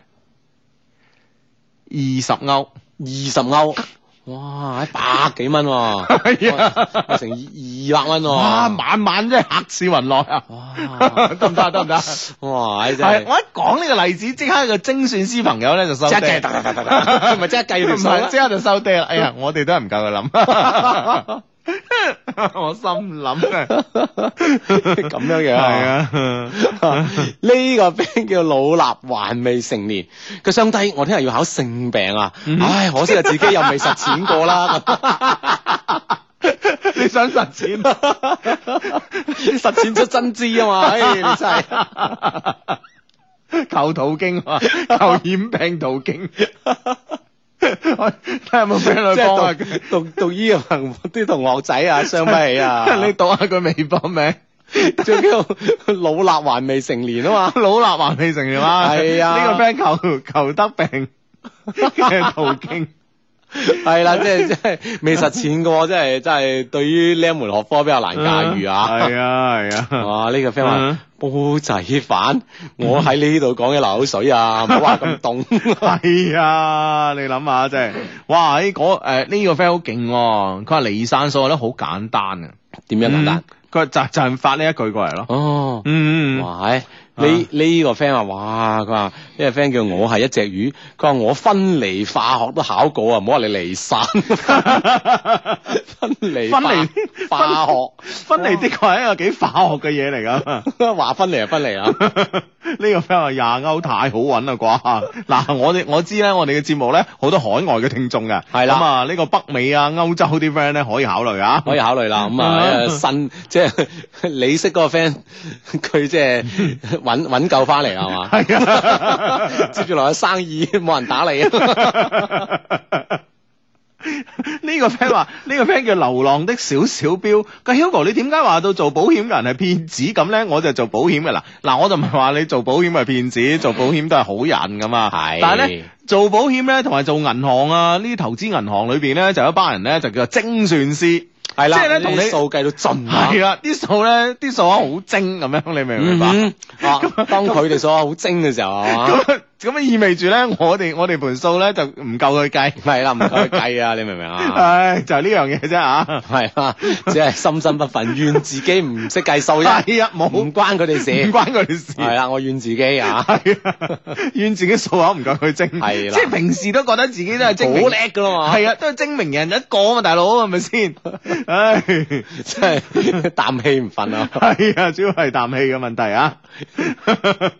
二十歐。二十歐，哇，一百幾蚊 喎，係啊，哇成二二百蚊喎，哇，晚晚真係嚇死雲內啊！哇得唔得？得唔得？哇，係，真係我一講呢個例子，即刻個精算師朋友咧就收即係爹計，得得得得，咪即係計唔條數啊係啦即刻就收爹啦！哎呀，我哋都係唔夠佢諗。 我心諗啊〜 咁樣樣係啊，呢個 friend 叫老衲還未成年，佢相低我聽日要考性病啊！嗯唉，可惜啊自己又未實踐過啦， 你想實踐啊實踐出真知啊嘛！唉，你真係求途徑啊，求染病途徑。我睇下有冇 friend 即去幫啊下係佢，讀讀讀醫嘅朋啲同學仔啊，傷不 起啊！你讀下佢微博名，最緊要老衲還未成年啊嘛！老衲還未成年啦。係啊呢個 friend 求求得 病嘅途徑。係啦，即係即係未實踐過，真係真係對於呢一門學科比較難駕馭啊！係啊係啊， 哇！呢、個 friend 嗯話煲仔飯，我喺呢度講嘅流口水啊，唔好話咁凍。係啊，你諗下真係，哇！喺嗰誒呢個 friend 好勁喎，佢話離散數學咧好簡單啊。點樣簡單？嗯，佢就就係發呢一句過嚟咯。哦，嗯嗯哇！唉呢呢個 friend 話，哇！佢話呢個 friend 叫我係一隻魚，佢話我分離化學都考過啊，唔好話你離 散。分離化分離 化嗯，分離的確係一個幾化學嘅嘢嚟噶。學，話分離就分離啊。 呢個 friend 話廿歐太好揾啦啩， 嗱我哋我知咧，我哋嘅節目咧好多海外嘅聽眾嘅，係啦咁啊呢個北美啊歐洲啲 friend 咧可以考慮啊， 可以考慮啦，咁啊，因為新即係 你識嗰個 friend，佢即係 揾揾夠翻嚟啦，係嘛？係啊， 接住落去生意冇人打啊你， 呢個 friend 話呢個 friend 叫流浪的小小標，佢 Hugo 你點解話到做保險嘅人係騙子咁咧？我就做保險嘅啦，嗱我就唔係話你做保險係騙子，做保險都係好人噶嘛，係但係咧。做保險咧，同埋做銀行啊，呢啲投資銀行裏邊咧，就有一班人咧就叫做精算師，係啦，即係咧同你啲數計到盡啊係啦，啲數咧啲數啊好精咁樣，你明唔明嗯白？哼啊，當佢哋數學好精嘅時候，啊係嘛？咁咁啊意味住咧，我哋我哋盤數咧就唔夠佢計，係啦，唔夠佢計 啊，你明唔明啊？唉，就係呢樣嘢啫啊嚇。係啦，只係心生不忿，怨自己唔識計數 啫，係啊，冇唔唔關佢哋事。關佢哋事。係啦，我怨自己啊， 係啊，怨自己數口唔夠佢精，係啦即係平時都覺得自己都係好精明，叻噶啦嘛，係啊，都係精明人一個啊嘛，大佬係咪先？唉。真係啖氣唔瞓啊！系啊，主要 係啖氣嘅問題啊。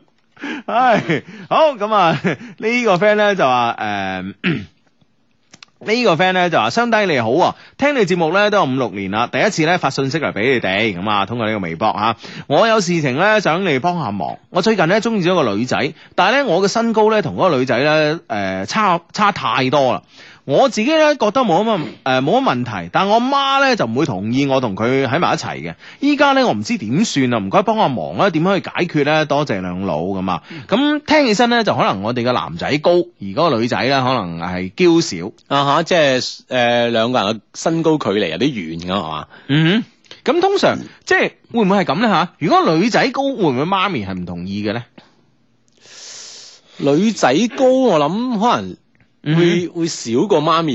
唉，好咁啊，呢、個 friend 咧就話诶。誒 呢個 friend 咧就話：相低你好啊，聽你節目咧都有五六年啦，第一次咧發信息嚟俾你哋咁啊，通過呢個微博吓，我有事情咧想你幫下忙。我最近咧中意咗個女仔，但係咧我嘅身高咧同嗰個女仔咧誒差差太多啦。我自己咧覺得冇乜誒冇乜問題，但我媽咧就唔會同意我同佢喺埋一齊嘅。依家咧我唔知點算啊，唔該幫我忙啦，點樣去解決咧？多謝兩老咁啊！嗯咁聽起身咧就可能我哋嘅男仔高，而嗰個女仔咧可能係嬌小。啊吓，即係诶兩個人嘅身高距離有啲遠噶係嘛？嗯哼，咁通常即係會唔會係咁咧吓？如果女仔高，會唔會媽咪係唔同意嘅咧？女仔高我諗可能嗯會會少過媽咪，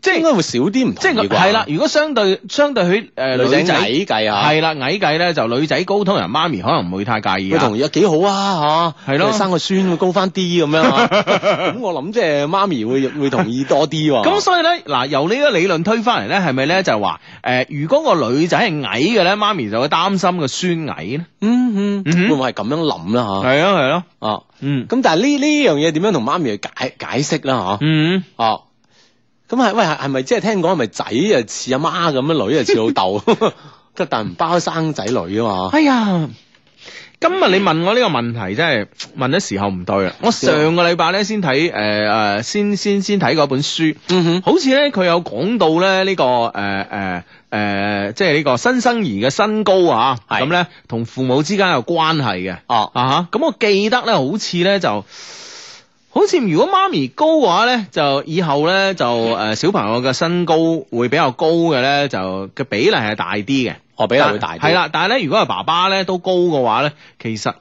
即應係該會少啲唔即同係意係啩啦，。如果相對相對佢誒女女仔仔矮計啊，係啦矮計咧，就女仔高，通常媽咪可能唔會太介意佢啊。同意啊幾好啊嚇，係咯佢生個孫會高翻啲咁樣 啊咁我諗即係媽咪會會同意多啲喎。咁所以咧，嗱由呢個理論推翻嚟咧，係咪咧就係話誒，如果個女仔係矮嘅咧，媽咪就會擔心個孫矮咧。嗯嗯哼嗯，會唔會係咁樣諗啦係啊係啊，嚇？啊，嗯咁但係呢呢樣嘢點樣同媽咪去解解釋啦嚇？嗯，哦，咁係喂係係咪即係聽講係咪仔啊似阿媽咁樣，女啊似老豆？ 咁但唔包生仔女啊嘛。哎呀。今日你問我呢個問題真係問得時候唔對啦！我上個禮拜咧先睇誒誒，先先先睇嗰本書，嗯哼，好似咧佢有講到咧呢、個誒誒誒，即係呢個新生兒嘅身高啊，係咁咧同父母之間有關係嘅。哦，啊哈！咁我記得咧，好似咧就，好似如果媽咪高嘅話咧，就以後咧就誒、呃小朋友嘅身高會比較高嘅咧，就嘅比例係大啲嘅。我比例會大啲。係，啦，但係咧，如果係爸爸咧都高嘅話咧，其實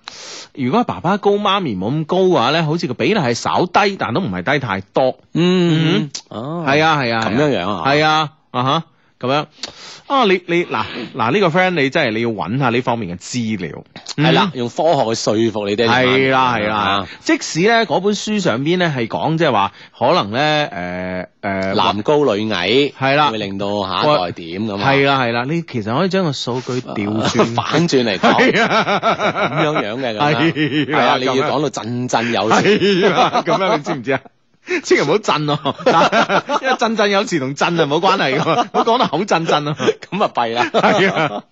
如果係爸爸高，媽咪冇咁高嘅話咧，好似個比例係稍低，但都唔係低太多。嗯，哦，係啊，係啊，咁樣樣啊，係啊，啊哈，咁樣啊，你你嗱嗱呢個 friend，你真係你要揾下呢方面嘅資料。係啦，用科學去說服你哋。嗯係啦係啦啊，即使咧嗰本書上邊咧係講即係話可能咧誒誒男高女矮係啦會令到下一代點咁啊？係啦係啦，你其實可以將個數據 調轉反轉嚟講係啊咁樣樣嘅咁樣係係啦啊，你要講到振振有詞，係啦咁樣，你知唔知啊？ 千祈唔好震哦，因為震震有時同震啊冇關係噶，我講到口震震啊，咁啊 弊啦。係啊。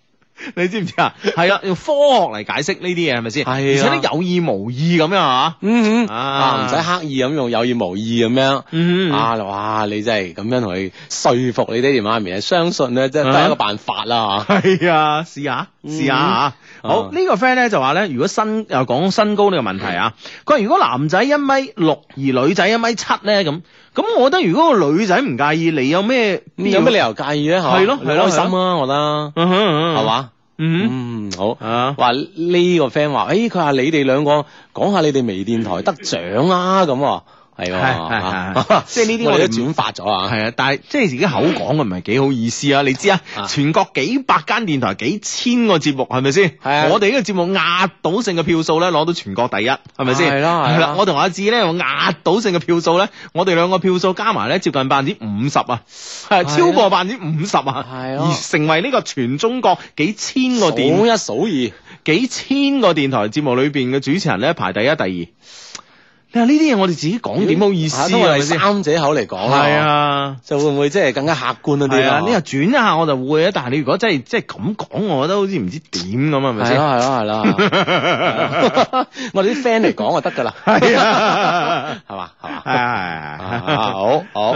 你知唔知啊？係啊，用科學嚟解釋呢啲嘢係咪先？係啊而且咧有意無意咁樣啊，嗯嗯啊啊，唔使刻意咁用，有意無意咁樣。嗯啊！哇！你真係咁樣同佢說服你爹哋媽咪咧，相信咧啊真係得一個辦法啦嚇。係啊，試下試下啊！嗯好啊呢個 friend 咧就話咧，如果身又講身高呢個問題啊，佢話如果男仔一米六而女仔一米七咧咁，咁我覺得如果個女仔唔介意，你有咩咁有咩理由？由介意咧？嚇係咯你係咯開心啊！我覺得嗯哼嗯哼係？嘛。嗯嗯，好。哼 啊，話呢個 friend 話，誒佢話你哋兩個講下你哋微電台得獎啦咁喎，係嗯係係係喎係， 即係呢啲我我哋哋都唔轉發咗啊，係啊，但係即係自己口講嘅唔係幾好意思啊！你知啊啊，全國幾百間電台幾千個節目係咪先？係啊我哋呢個節目壓倒性嘅票數咧攞到全國第一，係咪先？係啦啊係啦我同阿志咧有壓倒性嘅票數咧，我哋兩個票數加埋咧接近百分之五十啊，係係啊超過百分之五十啊，係而啊成為呢個全中國幾千個電數一數二。幾千個電台節目裏邊嘅主持人咧排第一、第二。你話呢啲嘢我哋自己講點好意思啊？通過係第咪先三者口嚟講啦係，啊。就會唔會即係更加客觀一啲係啊，啦？呢個轉一下我就會啊，但係你如果真係即係咁講，我覺得好似唔知點咁，啊係咪係先？啦係啦 係 啦，我哋啲 friend 嚟講就得㗎啦，係啊，係嘛係嘛。係 啊啊好好，好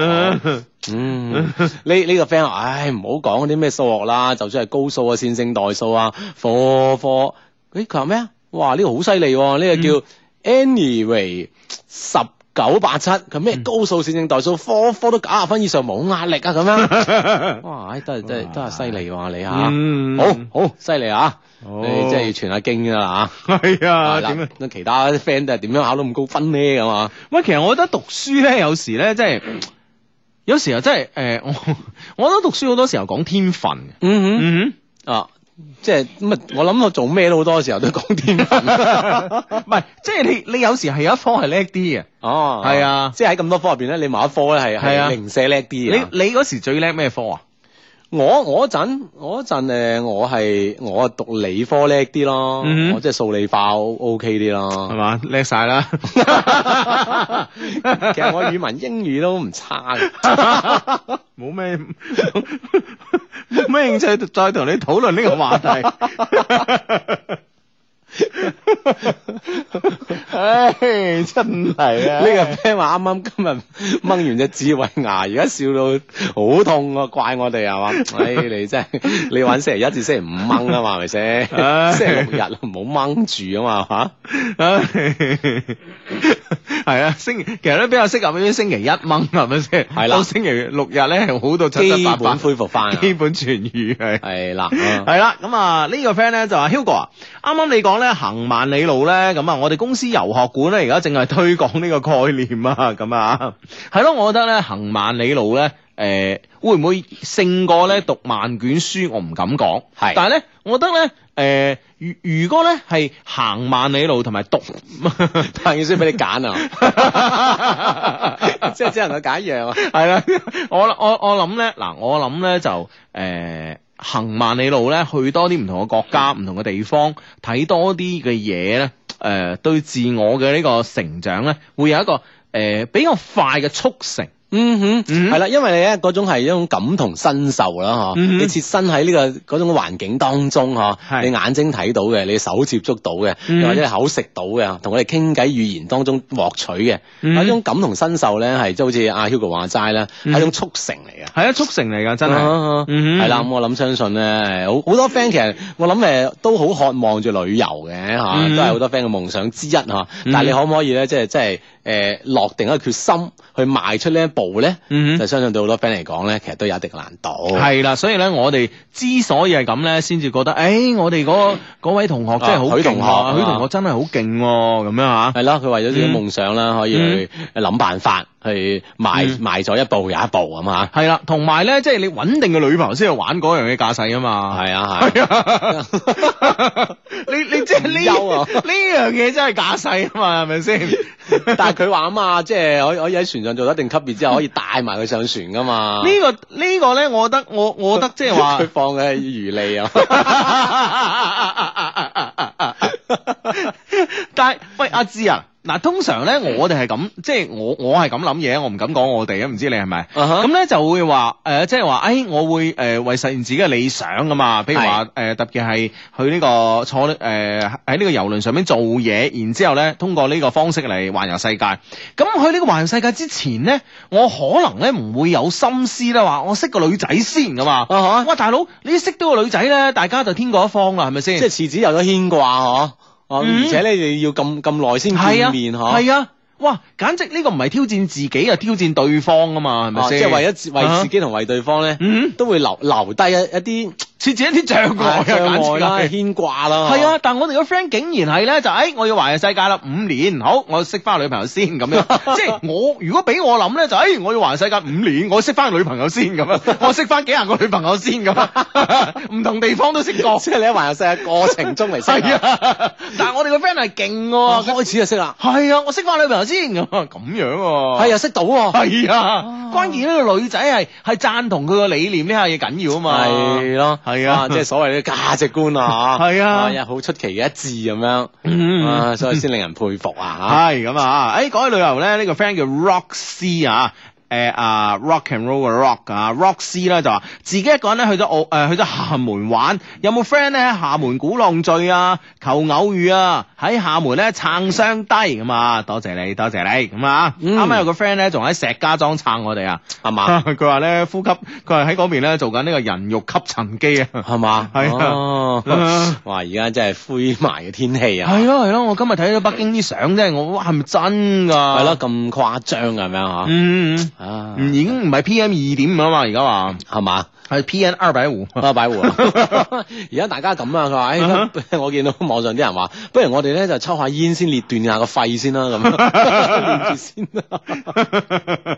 嗯， 呢呢個 friend 話唉，唔好講嗰啲咩數學啦，就算係高數啊、線性代數啊、科科，誒佢話咩啊？哇，呢個好犀利喎，呢嗯個叫 anyway 十九八七，佢咩嗯高數、線性代數，科科都九十分以上冇壓力啊咁 樣。哇，唉真係真係真係犀利喎你嚇，嗯，好好犀利啊！好你真係要 傳下經㗎啦嚇。係啊，嗱點啊？咁其他啲 friend 都係點樣考到咁高分呢？咁啊？喂，其實我覺得讀書咧，有時咧，即係有時候真係誒，我 我覺得讀書好多時候講天分嘅。嗯嗯啊，即係咁啊！我諗我做咩都好多時候都講天分。哼，唔係，即係你你有時係有一科係叻啲嘅， 哦，係啊即係喺咁多科入邊咧，你某一科咧係係啊係零舍叻啲嘅。你你嗰時最叻咩科啊？我我嗰陣我嗰陣誒，我係我讀理科叻啲咯，嗯哼我即係數理化 O- OK 啲係咯。嘛，叻晒啦！其實我語文、英語都唔差 嘅。冇咩冇咩興趣再同你討論呢個話題。唉，真系啊！呢個 friend 話啱啱今日掹完隻智慧牙，而家笑到好痛啊！怪我哋係 嘛？唉、你真係你揾星期一至星期五掹啊嘛，係咪先？唉星期六日唔好掹住啊嘛，係嘛？系啊，星其實都比較適合於星期一掹，係咪先？係啦到星期六日咧好到七七基八本八，恢復翻啊，基本痊愈係。啊係 啦，系啦，咁啊呢個 friend 咧就話 Hugo 啊，啱啱你講咧行萬里路咧，咁啊我哋公司遊學館咧而家正係推廣呢個概念啊，咁啊係咯，我覺得咧行萬里路咧，诶、會唔會勝過咧讀萬卷書？我唔敢講，係但係咧，我覺得咧，诶、如如果咧係行萬里路同埋讀，彭醫師俾你揀啊， 即係只能夠揀一樣啊。 係啦，我我我谂咧，嗱，我諗咧就诶、呃行萬里路咧，去多啲唔同嘅國家、唔同嘅地方，睇多啲嘅嘢咧，诶、對自我嘅呢個成長咧，會有一個诶、呃比較快嘅速成。嗯哼，嗯係啦，因為你咧嗰種係一種感同身受啦，嗬、嗯哼你切身喺呢、個嗰種環境當中，嗬，係你眼睛睇到嘅，你手接觸到嘅，嗯又或者你口食到嘅，同我哋傾偈語言當中獲取嘅，嗰、嗯種感同身受咧，係即係好似阿 Hugo 話齋啦，係嗯一種促成嚟嘅。係啊，速成嚟噶，真係。啊嗯哼係啦，咁我諗相信咧，好好多 friend 其實我諗誒都好渴望住旅遊嘅嚇，嗯都係好多 friend 嘅夢想之一嚇。嗯但係你可唔可以咧，即係即係誒落定一個決心去邁出呢一步咧？嗯就相信對好多 friend 嚟講咧，其實都有一定嘅難度。係啦，所以咧，我哋之所以係咁咧，先至覺得，誒，我哋嗰嗰位同學真係好啊許勁同學啊，啊許同學真係好勁喎，咁樣嚇。係咯，佢為咗自己嘅夢想啦，可以去諗辦法去嗯啊邁邁咗一步又一步咁嚇。係啦，同埋咧，即係你穩定嘅女朋友先去玩嗰樣嘢駕駛啊嘛。係啊 係啊，你你即係呢唔憂啊呢樣嘢真係假勢啊嘛，係咪先？呢但係佢話啊嘛，即係可以可以喺船上做到一定級別之後，可以帶埋佢上船噶嘛。個呢個咧，我覺得我我覺得即係話 佢放嘅餘利啊。但係喂阿志啊，嗱通常咧我哋係咁，即係我我係咁諗嘢，我唔敢講我哋啊，唔知你係咪？啊哈咁咧就會話誒、呃即係話，誒、我會誒、呃、為實現自己嘅理想噶嘛。譬如話誒、呃特別係去呢、個坐呢誒喺呢個遊輪上面做嘢，然之後咧通過呢個方式嚟環遊世界。咁去呢個環遊世界之前咧，我可能咧唔會有心思咧話我識個女仔先噶嘛。啊哈哇，大佬，你識到個女仔咧，大家就天各一方啦，係咪先？即係廁紙有咗牽掛嗬，哦，嗯而且咧你要咁咁耐先係啊見面，嗬，係啊，哇，簡直呢個唔係挑戰自己啊，挑戰對方啊嘛，係咪哦即先？啊係為咗自為自己同為對方咧嗯，都會留留低一 一啲設置一啲障礙啊，障簡礙直啦、係。牽掛啦，系啊，，但我哋個 friend 竟然係咧，就诶、哎我要環遊世界啦，五年，好，我識翻女朋友先咁 樣。即係我如果俾我諗咧，就诶、哎我要環遊世界五年，我識翻女朋友先咁 樣，我識翻幾廿個女朋友先咁樣， 唔同地方都識 過。 即係你喺環遊世界過程中嚟識 係啊，啊，但係我哋個 friend 係勁哦喎，開始就識啦，係啊，我識翻女朋友先咁咁樣喎。係啊，哦識到喎，系啊，關鍵呢個女仔係係贊同佢個理念呢下嘢緊要啊嘛。係咯，係啊即係所謂嘅價值觀 啊，係啊有好出奇嘅一致咁樣，嗯啊，所以先令人佩服 啊，係咁啊！誒講起旅遊咧，呢、個 friend 叫 Roxy 啊。誒啊、rock and roll 嘅 rock 啊，Roxy 咧就話自己一個人咧去咗澳誒、去咗廈門玩，有冇 friend 咧喺廈門鼓浪嶼啊，求偶遇啊，喺廈門咧撐雙低咁啊，多謝你，多謝你咁啊！啱嗯啱、有個 friend 咧仲喺石家莊撐我哋啊，係嘛， 佢話咧呼吸，佢係喺嗰邊咧做緊呢個人肉吸塵機啊。係嘛，係啊哦啊哇，而家真係灰霾嘅天氣啊，係咯係咯，我今日睇到北京啲相真係，我哇係咪真㗎？係咯，，咁誇張咁樣嚇啊嗯嗯嗯。啊，嗯，已經唔係 PM 二點五啊嘛，而家話 係嘛？係 PM 二百 五。啊，擺湖啊！ 而家大家咁啊，佢話：，啊哎，不我見到網上啲人話，不如我哋咧就抽下煙先，裂斷下個肺 先啦，咁 練住先啦。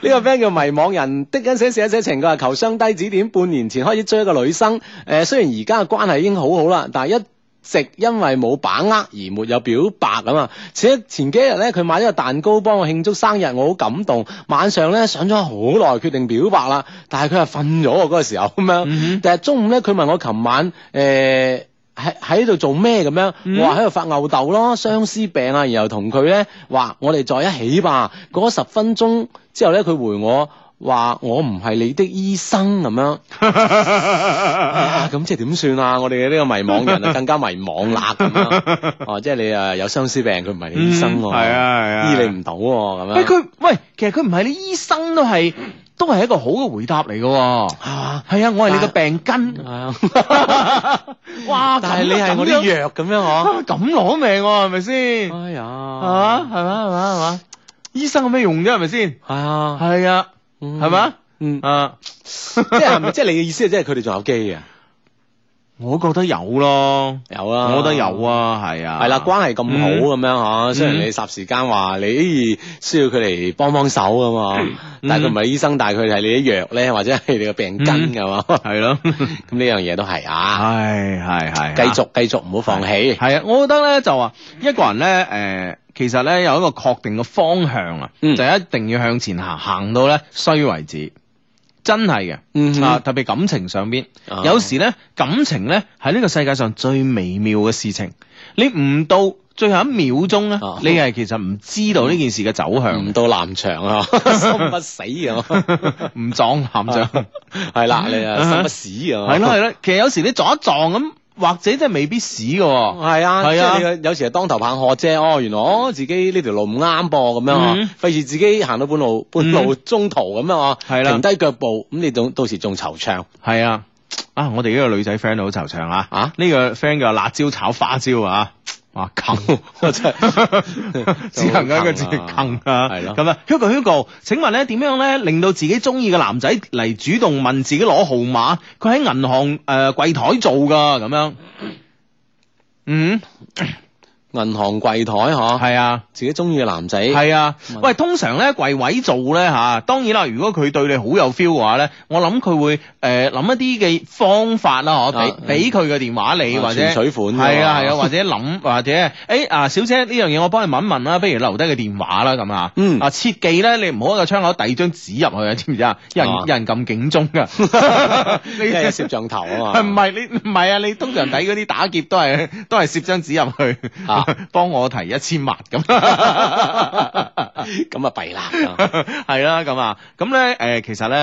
呢個 friend 叫迷惘人的一些事一些情，佢話求相低指點，半年前開始追一個女生，誒、雖然而家嘅關係已經好好啦，但係一直因為冇把握而沒有表白咁啊！前前幾日咧，佢買咗個蛋糕幫我慶祝生日，我好感動。晚上咧上咗好耐，決定表白啦，但係佢係瞓咗喎嗰個時候咁樣。但係中午咧，佢問我琴晚誒。呃喺喺度做咩咁樣？嗯我話喺度發吽豆咯，相思病啊！然後同佢咧話我哋在一起吧。過咗十分鐘之後咧，佢回我話我唔係你的醫生咁樣，啊咁即係點算啊？我哋呢個迷茫人啊，更加迷茫啦 咁樣。哦，即係你啊有相思病，佢唔係你醫生嗯喎，係啊係啊醫你唔到喎咁喂，樣。佢喂，其實佢唔係你醫生都係都係一個好嘅回答嚟嘅喎。係嘛？係啊，我係你個但病啊根。 哇！但係你係我啲藥咁樣嗬。藥，咁攞命喎，係咪先？哎呀，係嘛？係嘛？係嘛？係嘛？醫生有咩用啫？係咪先？係啊，係啊，係係嘛？嗯，啊，即係係咪即係你嘅意思，即係佢哋仲有機嘅， 我覺得有咯，有啊，我覺得有。啊，係啊，係啦，關係咁好嗯咁樣嚇，雖然嗯你霎時間話你咦需要佢嚟幫幫手咁嗯嘛，但係佢唔係醫生，但係佢係你啲藥咧，或者係你嘅病根㗎嘛，咁 係 咯，呢樣嘢都係啊，係係係，繼續繼續唔好放棄，係啊，我覺得咧就話一個人咧，誒、其實咧有一個確定嘅方向啊，嗯就一定要向前行，行到咧衰為止，真係嘅。嗯啊，特別感情上邊，啊有時咧感情咧係呢個世界上最微妙嘅事情，你唔到最後一秒鐘咧啊，你係其實唔知道呢件事嘅走向唔，到南牆啊， 心不死啊， 唔撞喊咗。係啦，你啊心不死啊，係 咯係咯，其實有時你撞一撞咁，或者真係未必死嘅喎。係啊，係即啊係你有有時係當頭棒喝啫。哦，原來哦自己呢條路唔啱噃，咁樣嗯啊，費事自己行到半路半路中途咁樣啊，係啦停低腳步，咁你到到時仲惆悵。係啊，啊，我哋呢個女仔 friend 好惆悵啊！啊呢個 friend 叫辣椒炒花椒啊！哇，坑！真 係只能夠一個字真係好坑啊！坑啊係咯咁啊，Hugo Hugo，請問咧點樣咧令到自己中意嘅男仔嚟主動問自己攞號碼？佢喺銀行誒櫃台做噶咁樣。嗯，銀行櫃台嗬，係啊。自己中意嘅男仔，係啊，問喂，通常咧櫃位做咧吓、當然啦，如果佢對你好有 feel 嘅話咧，我諗佢會诶諗、一啲嘅方法啦，嗬、啊俾俾佢嘅電話你啊或者存取款㗎嘛係啊係啊，或者諗 或者诶啊小姐呢樣嘢我幫你問一問啦，不如留低個電話啦咁啊，嗯啊切記咧你唔好喺個窗口遞張紙入去啊，知唔知啊？有人啊有人撳警鐘 噶，因為有攝 你。像頭 啊嘛，唔係你唔係啊！你通常睇嗰啲打劫都係 都係攝張紙入去啊， 幫我提一千萬咁。 咁啊 弊啦。係啦，咁啊，咁咧，誒、其實咧，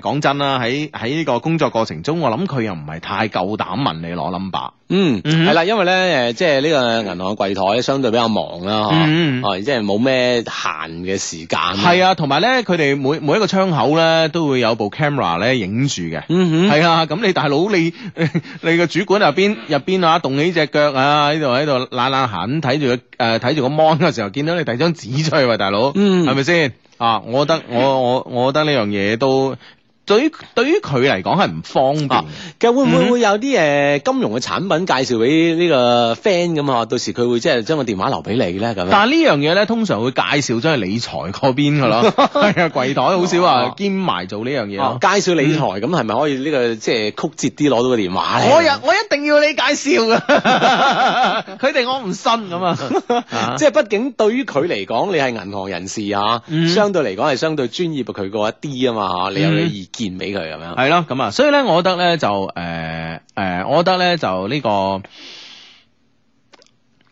誒、講真啦，喺喺呢個工作過程中，我諗佢又唔係太夠膽問你攞 number。嗯，嗯係啦，因為咧誒，即係呢個銀行櫃台咧，相對比較忙啦，嗯嗯嗬，哦，即係冇咩閒嘅時間。係啊，啊，同埋咧，佢哋每每一個窗口咧，都會有部 camera 咧影住嘅。嗯哼，係啊，咁你大佬你 你個主管入邊入邊啊，動起只腳啊，喺度喺度懶懶痕，睇住個誒睇住個 mon 嘅時候，見到你遞張紙出去喂，大佬，嗯係咪先啊？我覺得我我我覺得呢樣嘢都對於對於佢嚟講係唔方便嘅啊。嘅會唔嗯會會有啲誒、呃金融嘅產品介紹俾呢個 friend 咁啊？到時佢會即係將個電話留俾你咧咁樣。但係呢樣嘢咧，通常會介紹咗去理財嗰邊噶啦， 係啊，櫃台好少話哦兼埋做呢樣嘢咯。啊介紹理財咁係咪可以呢、個即係曲折啲攞到個電話咧？我又我一定要你介紹 噶，佢哋我唔信咁啊，即係畢竟對於佢嚟講，你係銀行人士啊，嗯相對嚟講係相對專業佢過一啲啊嘛嚇，你有你意見俾佢咁樣。係咯咁啊，所以咧，我覺得咧就誒誒、呃呃我覺得咧就呢、嗯個。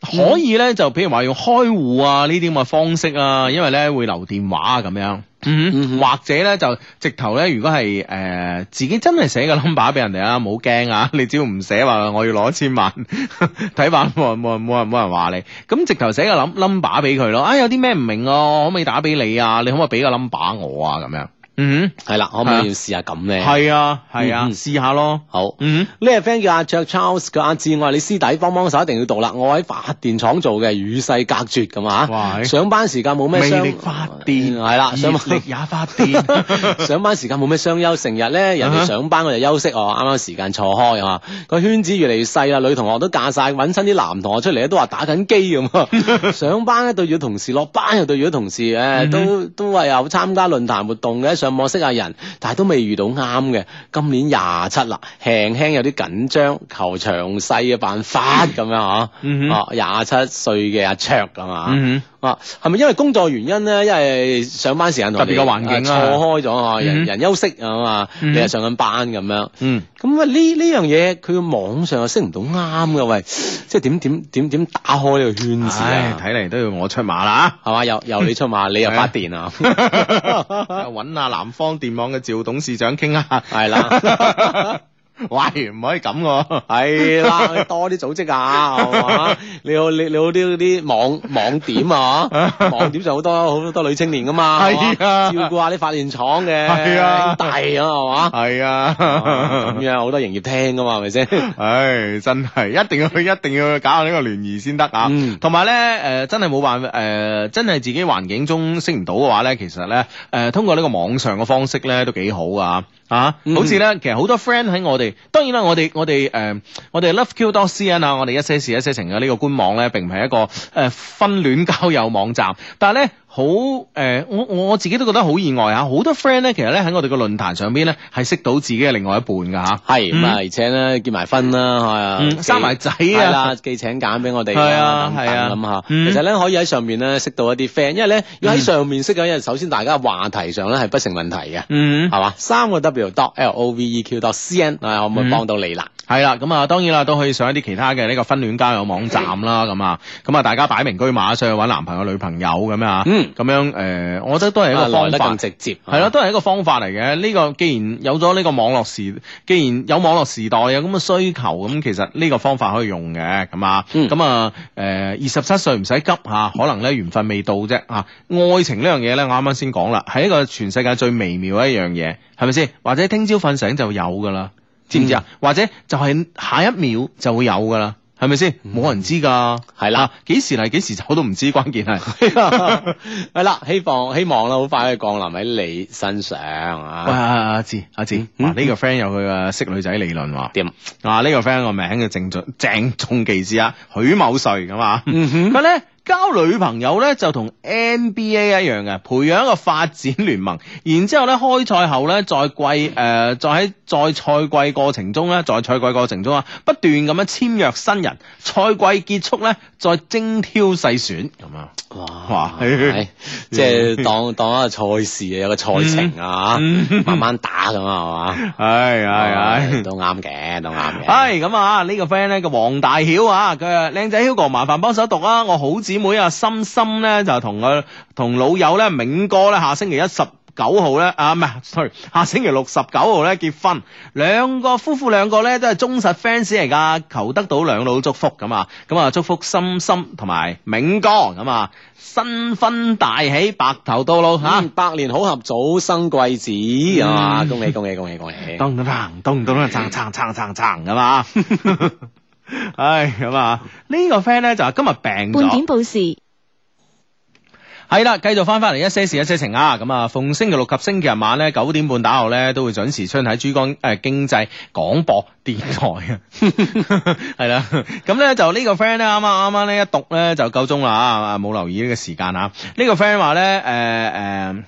可以咧，就譬如話用開户啊呢啲咁嘅方式啊，因為咧會留電話啊咁樣，嗯哼或者咧就直頭咧，如果係誒、呃自己真係寫個 number 俾人哋啊，冇驚啊， 你只要唔寫話我要攞一千萬， 睇法冇人冇人冇人冇人話你，咁直頭寫個 num- number 俾佢咯，啊有啲咩唔明啊，我可唔可以打俾你啊？你可唔可以俾個 number 我啊？咁樣，嗯係啦，可唔可以要試下咁哼，咧？係啊係啊，嗯嗯試下咯，好。嗯哼。呢個 friend 叫阿卓 Charles，佢阿志，我話你師弟幫幫手，一定要讀啦。我喺發電廠做嘅，與世隔絕咁哇啊。上班時間冇咩魅相力發電係啦，上熱力也發 電。上班時間冇咩雙休，成日咧人啊哈哋上班我就休息哦，啱啱時間錯開啊，個圈子越嚟越細啦，女同學都嫁晒，揾親啲男同學出嚟咧都話打緊機 咁啊，上班咧對住同事，落班又對住啲同事，嗯誒都都話有參加論壇活動嘅，上網識下人，但係都未遇到啱嘅。今年廿七啦，輕輕有啲緊張，求詳細嘅辦法咁樣哦嗯哼嚇，哦廿七歲嘅阿卓咁啊。嗯啊，係咪因為工作原因咧？因為上班時間同特別嘅環境啊啊錯開咗啊，嗯人人休息啊嘛，嗯你係上緊班咁樣。嗯。咁啊呢呢樣嘢佢嘅網上又識唔到啱嘅喂，即係點點點點打開呢個圈子唉，啊？睇嚟都要我出馬 啦係嘛？又又你出馬，你又發電啊？揾下南方電網嘅趙董事長傾 下。係啦。喂，唔可以咁喎。係啦，多啲組織啊，係嘛？你好，你你好啲嗰啲網網點啊， 網點就好多好多女青年噶嘛，係嘛係啊照顧下啲發電廠嘅係啊兄弟啊，係嘛？係咁啊，樣好多營業廳噶嘛，係 咪先？嗯唉，真係一定要去，一定要去搞下呢個聯誼先得啊嗯！同埋咧，誒真係冇辦法，誒真係自己環境中識唔到嘅話咧，其實咧，誒通過呢個網上嘅方式咧都幾好啊！啊，嗯好似咧，其實好多 friend 喺我哋，當然啦，我哋我哋誒我哋 loveq.cn 啊，我哋一些事一些情嘅呢個官網咧，並唔係一個誒婚戀交友網站，但係咧。好誒、呃我我自己都覺得好意外啊！好多 friend 咧，其實咧喺我哋個論壇上邊咧，係識到自己嘅另外一半㗎嚇。係咁啊，嗯而且咧結埋婚啦，係啊嗯，生埋仔啊係啦，寄請柬俾我哋係啊等等係啊咁嚇。嗯其實咧可以喺上面咧識到一啲 friend，因為咧要喺上面識嘅，因為首先大家嘅話題上咧係不成問題嘅。嗯，係嘛？三個 W dot L O V E Q dot C N 啊，可唔可嗯以幫到你啦？係啦，咁啊，當然啦，都可以上一啲其他嘅呢個婚戀交友網站啦，嗯咁啊，咁啊，大家擺明車馬上去揾男朋友、女朋友咁啊，嗯咁樣誒、呃我覺得都係一啊個來方得法更。直接，係咯，都係一個方法嚟嘅。呢、個既然有咗呢個網絡時，既然有網絡時代有咁嘅需求，咁其實呢個方法可以用嘅，咁啊，嗯咁啊、誒二十七歲唔使急嚇，可能咧緣分未到啫嚇、啊愛情呢樣嘢咧，我啱啱先講啦，係一個全世界最微妙嘅一樣嘢，係咪先？或者聽朝瞓醒就有噶啦，知唔知啊？嗯或者就係下一秒就會有噶啦。係咪先？冇人知㗎，嗯係啦啊，幾時嚟幾時走都唔知，關鍵係。 係。啊係啦，希望希望啦，好快可以降臨喺你身上喂，啊！阿阿志，阿志，嗱嗯呢個 friend 有佢嘅識女仔理論喎。點？啊！呢、個 friend 個名嘅正中鄭重其事啊，許某瑞咁啊。嗯哼佢咧交女朋友咧就同 NBA 一樣嘅，培養一個發展聯盟，然之後咧開賽後咧在季誒、呃再喺在賽季過程中咧，在賽季過程中啊不斷咁樣簽約新人，賽季結束咧再精挑細選咁 啊。哇哇！係 即 係當當一個賽事啊，有個賽程啊，嗯慢慢打咁 啊，係嘛？唉唉都啱 嘅，都啱嘅。系咁啊！呢、個 friend 咧叫黃大曉啊，佢話靚仔 Hugo 麻煩幫手讀啊！我好姊妹啊，心心咧就同佢同老友咧銘哥咧下星期一十。九號咧啊，唔係，sorry，下星期六十九號咧結婚，兩個夫婦兩個咧都係忠實 fans 嚟㗎，求得到兩老祝福咁啊，咁啊祝福心心同埋銘哥咁啊，新婚大喜，白頭到老嚇，嗯百年好合，早生貴子啊嘛！嗯恭喜恭喜恭喜恭喜！咚咚啷咚咚嗯啷撐撐撐撐撐咁 啊！唉，咁啊，呢個 friend 咧就話今日病半咗，點報時，係啦，繼續翻翻嚟一些事一些情啊！咁啊，逢星期六及星期日晚咧九點半打後咧都會準時出現喺珠江誒經濟廣播電台啊， 係啦，咁咧就呢個 friend 咧啱啱啱啱咧一讀咧就夠鐘啦啊，冇留意呢個時間啊！呢個 friend 話咧誒誒。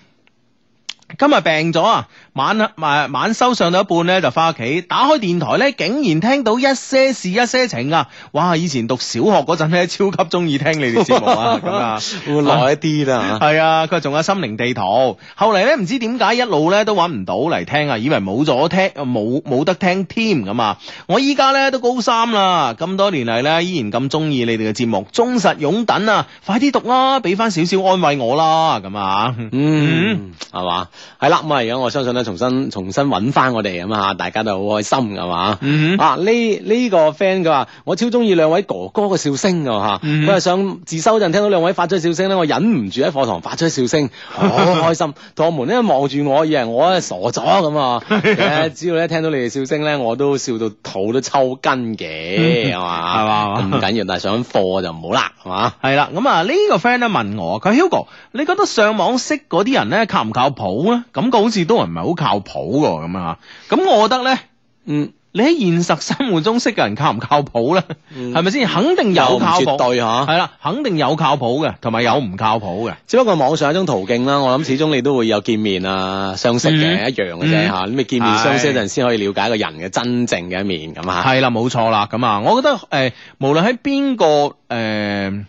今日病咗啊，晚晚晚修上到一半咧就翻屋企，打開電台咧竟然聽到一些事一些情啊！哇，以前讀小學嗰陣咧超級中意聽你哋節目啊，咁啊會耐一啲啦嚇。係啊，佢仲有心靈地圖。後嚟咧，唔知點解一路咧都揾唔到嚟聽啊，以為冇咗聽，冇冇得聽添咁啊！我依家咧都高三啦，咁多年嚟咧依然咁中意你哋嘅節目，忠實擁趸啊！快啲讀啦，俾翻少少安慰我啦，咁啊！嗯，係嘛，係啦，咁啊，而家我相信咧，重新重新揾翻我哋咁啊，大家都好開心噶嘛。嗯啊！呢呢、個 friend 佢話：我超中意兩位哥哥嘅笑聲㗎嚇，嗯佢話、想自修嗰陣聽到兩位發出嘅笑聲咧，我忍唔住喺課堂發出笑聲，好 開心。同學們咧望住我，以為我咧傻咗咁啊！其實只要咧聽到你哋笑聲咧，我都笑到肚都抽筋嘅，係嘛？嗯係嘛係咁嘛緊要，但係上緊課就唔好啦，係嘛？係啦，咁啊呢個 friend 咧問我，佢 Hugo，你覺得上網識嗰啲人咧靠唔靠譜啊？感覺好似都唔係好靠譜喎，咁啊，咁我覺得咧。嗯，你喺現實生活中識嘅人靠唔靠譜咧？嗯係咪先？肯定有唔靠絕譜，對啊嚇。係啦，肯定有靠譜嘅，同埋有唔靠譜嘅。只不過網上一種途徑啦，我諗始終你都會有見面啊、相識嗯嘅一樣嘅嗯啫嚇。咁你見面相識係嗰陣先可以了解個人嘅真正嘅一面咁嚇。啊啊係啦，冇錯啦。咁啊，我覺得誒、呃，無論喺邊個誒。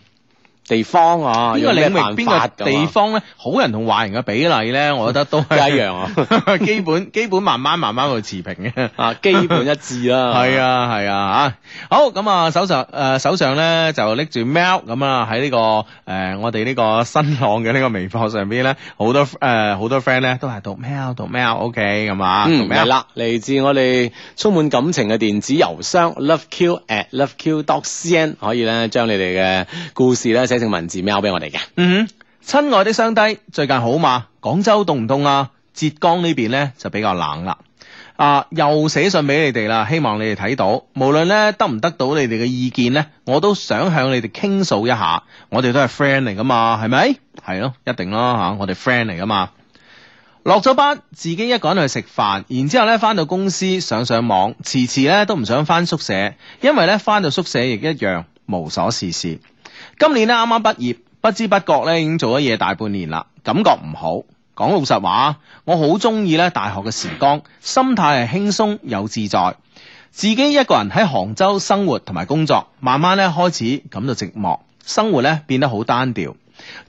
地方啊，邊有個咩領辦域、邊法個地咁啊？方咧，好人同壞人嘅比例咧，我覺得都都係 一樣啊 基本基本慢慢慢慢會持平嘅。啊，基本一致啦。係啊係啊吓，好咁啊手上誒、呃手上咧就拎住 mail 咁啊喺呢個誒、呃我哋呢個新浪嘅呢個微博上邊咧，好多誒好、多 friend 咧都係讀 mail 讀 mail，OK 咁啊，讀嗯， mail 係啦，嚟自我哋充滿感情嘅電子郵箱 loveq at loveq dot cn，可以咧將你哋嘅故事咧寫成文字 mail 俾我哋嘅。嗯哼，親愛的雙低，最近好嘛？廣州凍唔凍啊？浙江呢邊呢就比較冷啦。啊，又寫信俾你哋啦，希望你哋睇到，無論咧得唔得到你哋嘅意見呢，我都想向你哋傾訴一下。我哋都係 friend 嚟噶嘛，係咪？係咯，一定啦吓，我哋 friend 嚟噶嘛。落咗班，自己一個人去食飯，然之後咧翻到公司上上網，遲遲咧都唔想翻宿舍，因為咧翻到宿舍亦一樣無所事事。今年咧啱啱畢業，不知不覺咧已經做咗嘢大半年啦，感覺唔好。講老實話，我好中意咧大學嘅時光，心態係輕鬆又自在。自己一個人喺杭州生活同埋工作，慢慢咧開始感到寂寞，生活咧變得好單調，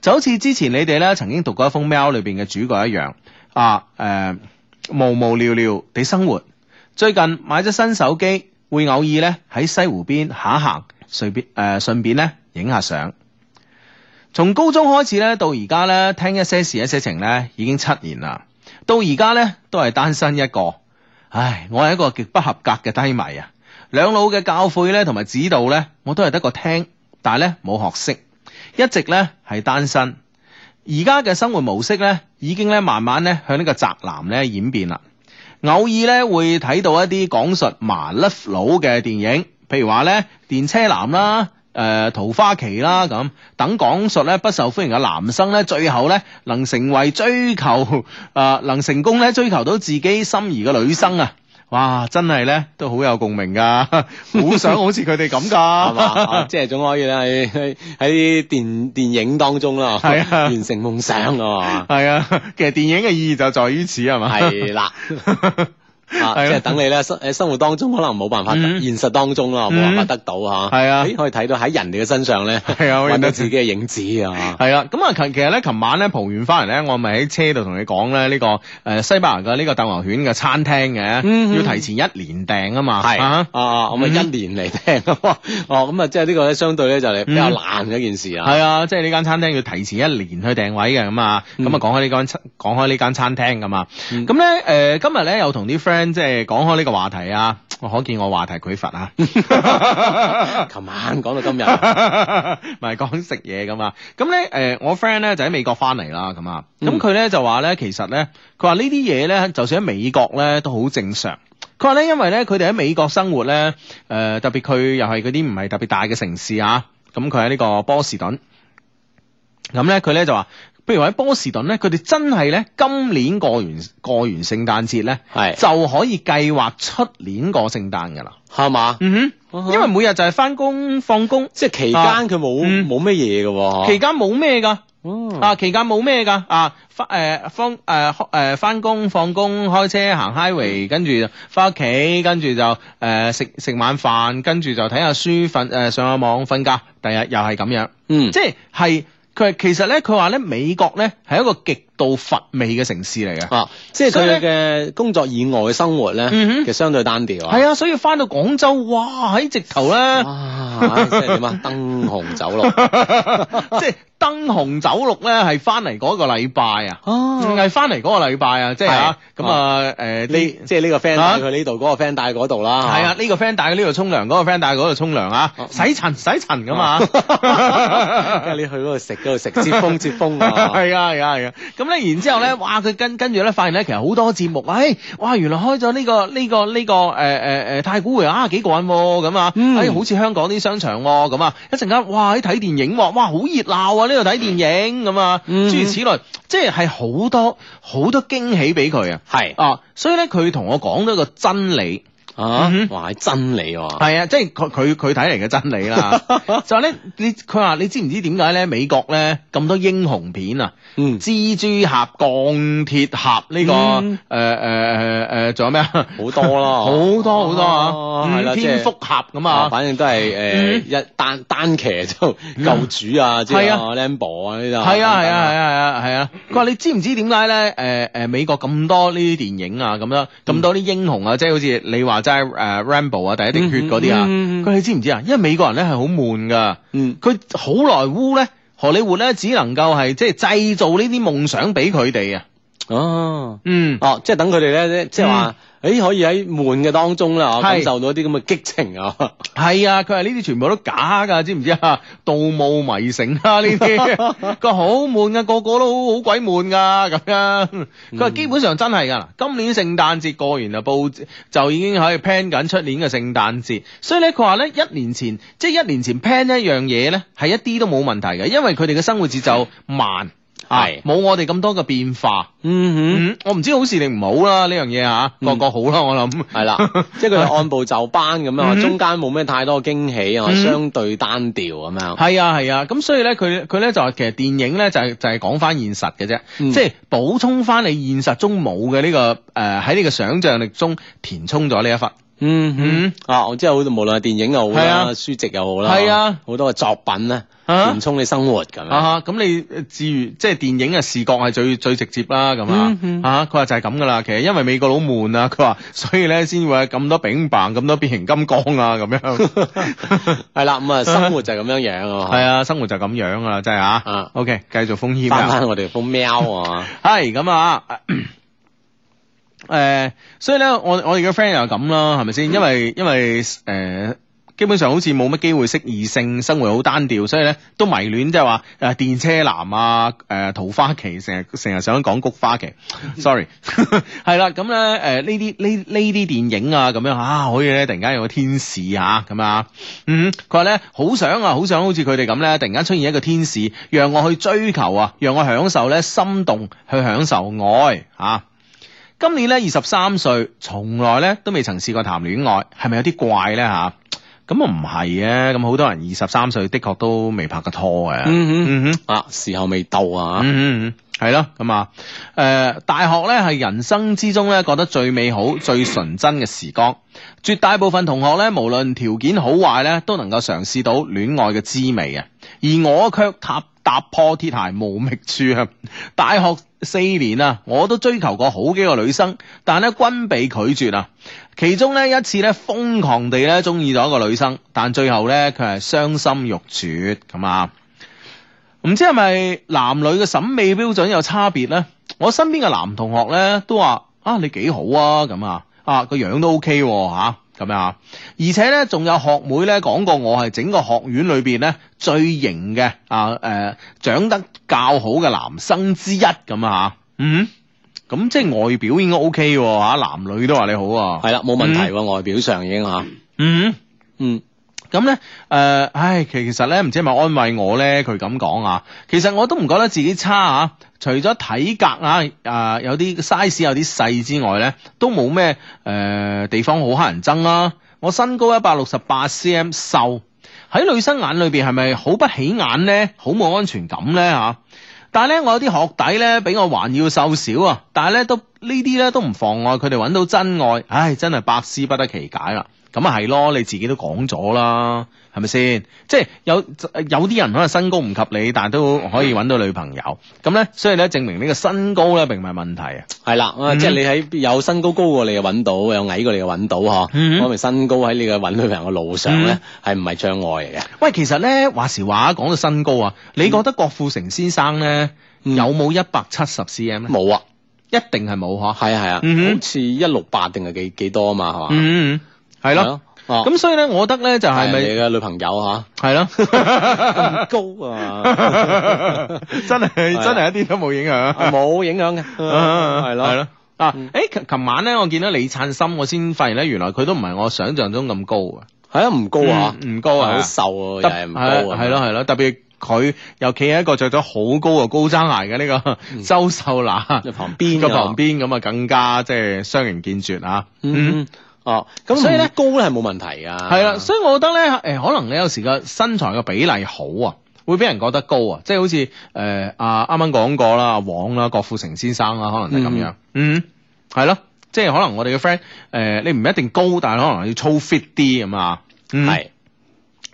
就好似之前你哋咧曾經讀過一封 mail 裏邊嘅主角一樣啊，誒、無無聊聊地生活。最近買咗新手機，會偶爾咧喺西湖邊行一行，順便誒順便咧影下相。從高中開始咧，到而家咧聽一些事一些情咧，已經七年啦。到而家咧都係單身一個。唉，我係一個極不合格嘅低迷啊！兩老嘅教誨咧同埋指導咧，我都係得個聽，但係咧冇學識，一直咧係單身。而家嘅生活模式咧，已經咧慢慢咧向呢個宅男咧演變啦。偶爾咧會睇到一啲講述麻甩佬嘅電影，譬如話咧電車男啦。誒、桃花期啦咁等講述咧不受歡迎嘅男生咧，最後咧能成為追求 誒、呃能成功咧追求到自己心儀嘅女生啊！哇，真係咧都好有共鳴㗎， 好想好似佢哋咁㗎，係嘛，啊即係總可以咧喺喺喺電電影當中啦，係啊完成夢想啊嘛，係啊，其實電影嘅意義就在於此係 嘛？係啦，啊，係即咯係等你咧生喺生活當中可能冇辦法，嗯現實當中啊啦冇辦法得到吓，係啊咦可以睇到喺人哋嘅 身上咧，係啊我哎搵認得到自己嘅影子啊，係啦，咁啊，其其實咧，琴晚咧蒲完翻嚟咧，我咪喺車度同你講咧，呢、個誒、呃西班牙嘅呢個鬥牛犬嘅餐廳嘅，嗯嗯要提前一年訂啊嘛，係啊啊，咁啊嗯一年嚟聽，哦咁啊 即係呢個咧相對咧就係比嗯較難嘅一件事啊，係啊，即係呢間餐廳要提前一年去訂位嘅咁啊，咁啊嗯講開呢間餐講開呢間餐廳咁啊，嗯咁咧誒今日咧又同啲 friend 即係講開呢個話題啊，我可見我話題匱乏啊，琴晚講到今 日，唔係講食嘢咁啊，咁咧誒我 friend 咧就喺美國翻嚟啦咁啊，咁嗯佢咧就話咧其實咧佢話呢啲嘢咧就算喺美國咧都好正常。佢話咧，因為咧，佢哋喺美國生活咧，誒、特別佢又係嗰啲唔係特別大嘅城市啊，咁佢喺呢個波士頓，咁咧佢咧就話，譬如話喺波士頓咧，佢哋真係咧今年過完過完聖誕節咧，係就可以計劃出年過聖誕噶啦，係嘛，嗯啊哼，哈因為每日就係翻工放工，即係期間啊佢冇嗯冇乜嘢嘅喎，期間冇咩噶。哦啊，期間冇咩㗎啊，翻誒放誒誒翻工放工開車行 highway，跟住翻屋企，跟住就誒、呃食食晚飯，跟住就睇下書瞓誒、呃上下網瞓覺，第日又係咁樣，嗯即係係佢其實咧佢話咧美國咧係一個極度乏味嘅城市嚟嘅。啊，即係所以佢嘅工作以外嘅生活咧，嗯哼其實相對單調啊。係啊，所以翻到廣州，哇！喺直頭咧，哇，即係點啊？燈紅酒綠 即係燈紅酒綠咧，係翻嚟嗰個禮拜啊，哦係翻嚟嗰個禮拜啊，即係啊，係哦咁啊，誒呢啲即係呢個 friend 啊帶佢呢度，嗰個 friend 帶嗰度啦。系啊，呢個 friend 帶去呢度沖涼，嗰個 friend 帶去嗰度沖涼啊，哦洗塵洗塵啊噶嘛，嚇， 跟住你去嗰度食，嗰度食，接風接風啊。 係啊係啊係啊，咁咧然之後咧，哇佢跟跟住咧發現咧，其實好多節目，唉，哇原來開咗呢個呢個呢個誒誒誒太古匯啊幾過癮喎咁啊，嗯唉好似香港啲商場喎咁啊，一陣間哇喺睇電影喎，哇好熱鬧啊呢度睇電影咁啊，嗯諸如此類，即係係好多好多驚喜俾佢啊。係啊，所以咧佢同我講咗一個真理，啊嗯！哇，係真理喎，係啊，即係佢佢佢睇嚟嘅真理 啦。就係咧，你佢話你知唔知點解咧？美國咧咁多英雄片啊，嗯，蜘蛛俠、鋼鐵俠呢嗯個誒誒誒誒，仲有咩啊？好多咯，好多好多哦啊，係啦嗯即係蝙蝠俠咁啊，啊。反正都係誒嗯一單單騎就救主啊，即係係啊 Lambo 啊呢度，係啊係啊係啊，啊係啊係啊！佢話你知唔知點解咧？誒誒美國咁多呢啲電影啊，咁樣嗯咁多啲英雄啊，即係好似你話齋誒 Rambo 啊、第一滴血嗰啲啊。嗯嗯嗯嗯佢話你知唔知啊？因為美國人咧係好悶㗎，嗯佢好萊塢咧，荷里活咧只能夠係即係製造呢啲夢想俾佢哋啊。哦。嗯，哦，即係等佢哋咧，即係話，誒可以喺悶嘅當中啦，啊係感受到一啲咁嘅激情啊，係啊，佢話呢啲全部都假㗎，知唔知啊？ 盜墓迷城啊，呢啲 佢話好悶啊，個個都好鬼悶㗎咁嗯樣。佢話基本上真係㗎啦，今年聖誕節過完就報就已經喺度 plan 緊出年嘅聖誕節，所以咧佢話咧一年前即係一年前 plan 一樣嘢咧係一啲都冇問題嘅，因為佢哋嘅生活節奏慢，啊係冇我哋咁多嘅變化。嗯嗯，我唔知好事定唔好啦呢樣嘢吓，個個好啦我諗。哼，係啦，即係佢哋按部就班咁樣，嗯中間冇咩太多嘅驚喜啊，嗯相對單調咁樣，係啊係啊，咁所以咧，佢佢咧就係其實電影咧就係、就係、講翻現實嘅啫，嗯即係補充翻你現實中冇嘅呢個誒喺你嘅想像力中填充咗呢一忽。嗯嗯啊，我即係好無論係電影又好係啦，啊書籍又好啦，係啊，好多嘅作品咧，啊填充你生活咁樣。啊，咁你至於即係電影嘅視覺係最最直接啦，咁啊嗯嗯，啊，佢話就係咁噶啦。其實因為美國佬悶啊，佢話所以咧先會有咁多丙棒，咁多變形金剛啊，咁樣 係啦，咁啊，生活就係咁樣樣啊。係啊，生活就咁樣噶啦，真係啊啊。OK，繼續風險翻啊。翻我哋封喵 啊，係咁啊。 誒、所以咧，我我哋嘅 friend 又係咁啦，係咪先？因為因為誒、基本上好似冇乜機會識異性，生活好單調，所以咧都迷戀，即係話誒電車男啊，誒、桃花期，成日成日想講菊花期 ，sorry，係啦，咁咧誒呢啲呢呢啲電影啊，咁樣啊，可以咧突然間有個天使啊，咁啊，嗯，佢話咧好想啊，好想好似佢哋咁咧，突然間出現一個天使，讓我去追求啊，讓我享受咧心動，去享受愛啊。今年咧二十三歲，從來咧都未曾試過談戀愛，係咪有啲怪咧吓？咁啊唔係嘅，咁好多人二十三歲的確都未拍過拖嘅。嗯嗯哼。啊，時候未到啊，嗯嗯嗯，係咯，咁啊，誒、大學咧係人生之中咧覺得最美好、最純真嘅時光。絕大部分同學咧，無論條件好壞咧，都能夠嘗試到戀愛嘅滋味啊。而我卻踏踏破鐵鞋無覓處啊！大學四年啊，我都追求過好幾個女生，但咧均被拒絕啊。其中咧一次咧瘋狂地咧中意咗一個女生，但最後咧佢係傷心欲絕咁啊。唔知係咪男女嘅審美標準有差別咧？我身邊嘅男同學咧都話：啊，你幾好啊咁啊，啊個樣都 OK 喎吓、咁樣啊，而且咧仲有學妹咧講過我係整個學院裏邊咧最型嘅啊誒、長得較好嘅男生之一咁啊，嗯，咁即係外表應該 OK 喎、吓，男女都話你好啊，係啦，冇問題喎，外表上已經吓，嗯。嗯咁咧，誒、唉，其實咧，唔知係咪安慰我咧？佢咁講啊，其實我都唔覺得自己差啊，除咗體格啊，啊、有啲 size 有啲細之外咧，都冇咩誒地方好乞人憎啦、我身高一百六十八 cm，瘦，喺女生眼裏邊係咪好不起眼咧？好冇安全感啊咧嚇？但係咧，我有啲學弟咧，比我還要瘦少啊！但係咧，都呢啲咧都唔妨礙佢哋揾到真愛。唉，真係百思不得其解啦。咁啊係咯，你自己都講咗啦，係咪先？即係有有啲人可能身高唔及你，但係都可以揾到女朋友。咁咧，所以咧證明呢個身高咧並唔係問題啊。係啦，啊嗯即係你喺有身高高過你嘅揾到，有矮過你嘅揾到嗬，嗯可能身高喺你嘅揾女朋友嘅路上咧嗯，係唔係障礙嚟嘅？喂，其實咧話時話講到身高啊，你覺得郭富城先生咧、嗯有冇一百七十 cm 咧？冇啊，一定係冇嗬。係啊係啊，嗯哼好似一六八定係幾幾多啊嘛，係嘛？嗯，嗯係咯。，哦咁所以咧，我覺得咧就係係咪你咪嘅女朋友吓？係咯。咁高啊！ 真係真係一啲都冇影響，冇影響嘅， 係係咯係咯咯。啊！嗯誒，琴琴晚咧，我見到李燦森，我先發現咧，原來佢都唔係我想象中咁高啊，係啊，唔高啊，嗯唔高啊好瘦啊，又特係唔高啊，係咯係咯，特別佢又企喺一個着咗好高嘅高踭鞋嘅呢個周秀娜嗯旁邊個啊旁邊咁啊，更加即係相形見絀啊！嗯，嗯哦，咁所以呢唔高咧係冇問題噶。係啦，所以我覺得咧，誒、可能你有時個身材嘅比例好啊。會俾人覺得高啊，即係好似誒啊啱啱講過啦，阿黃啦，郭富城先生啦，可能係咁樣，嗯，係咯，即係可能我哋嘅 friend 誒，你唔一定高，但係可能要粗 fit 啲咁啊，嗯係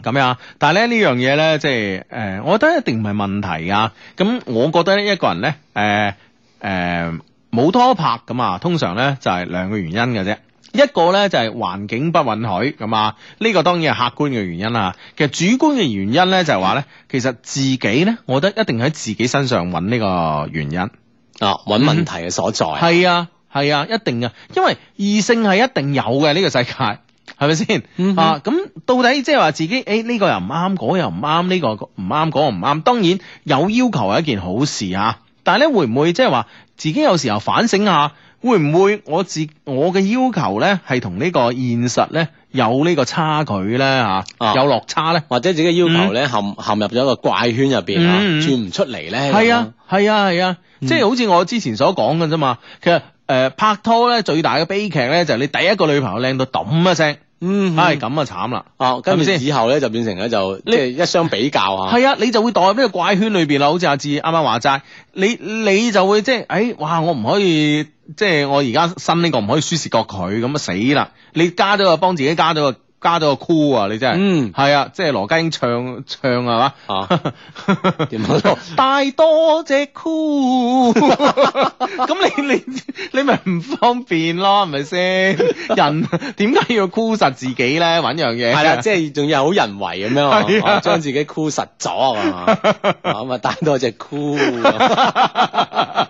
咁樣，啊但係咧呢樣嘢咧，即係誒、呃我覺得一定唔係問題啊。咁我覺得呢一個人咧，誒誒冇拖拍咁啊，通常咧就係、兩個原因嘅啫。一個咧就係、環境不允許咁啊，呢、個當然係客觀嘅原因啦。其實主觀嘅原因咧就係話咧，其實自己咧，我覺得一定喺自己身上揾呢個原因。啊，揾問題嘅所在。係啊，係啊，一定啊，因為異性係一定有嘅呢、個世界， 係咪先？嗯哼啊，咁到底即係話自己，誒、呢、個又唔啱，嗰、又唔啱，呢、個唔啱，嗰、個唔啱。當然有要求係一件好事啊，但係咧會唔會即係話自己有時候反省下，會唔會我自我嘅要求咧係同呢個現實咧有呢個差距咧嚇，啊有落差咧？或者自己要求咧陷陷入咗一個怪圈入邊啊，嗯嗯嗯轉唔出嚟咧。係啊，係啊，係啊，即係好似我之前所講嘅啫嘛。其實誒、呃拍拖咧最大嘅悲劇咧就係你第一個女朋友靚到揼一聲，嗯，唉係咁啊慘啦。啊，跟係咪住先以後咧就變成咧就即係一相比較啊。係啊，你就會代入呢個怪圈裏邊啦，好似阿志啱啱話齋，你你就會即係，哎，哇，我唔可以，即係我而家新呢個唔可以輸蝕過佢，咁啊死啦！你加咗個幫自己加咗個加咗個箍啊，你真係，嗯係啊，即係羅家英唱唱係嘛，啊， 點啊帶多隻箍，咁你你你咪唔方便咯，係咪先？人點解要箍實自己咧？揾樣嘢 係啦，即係仲要係好人為咁樣係啊啊啊，將自己箍實咗 啊，咁啊帶多隻箍啊，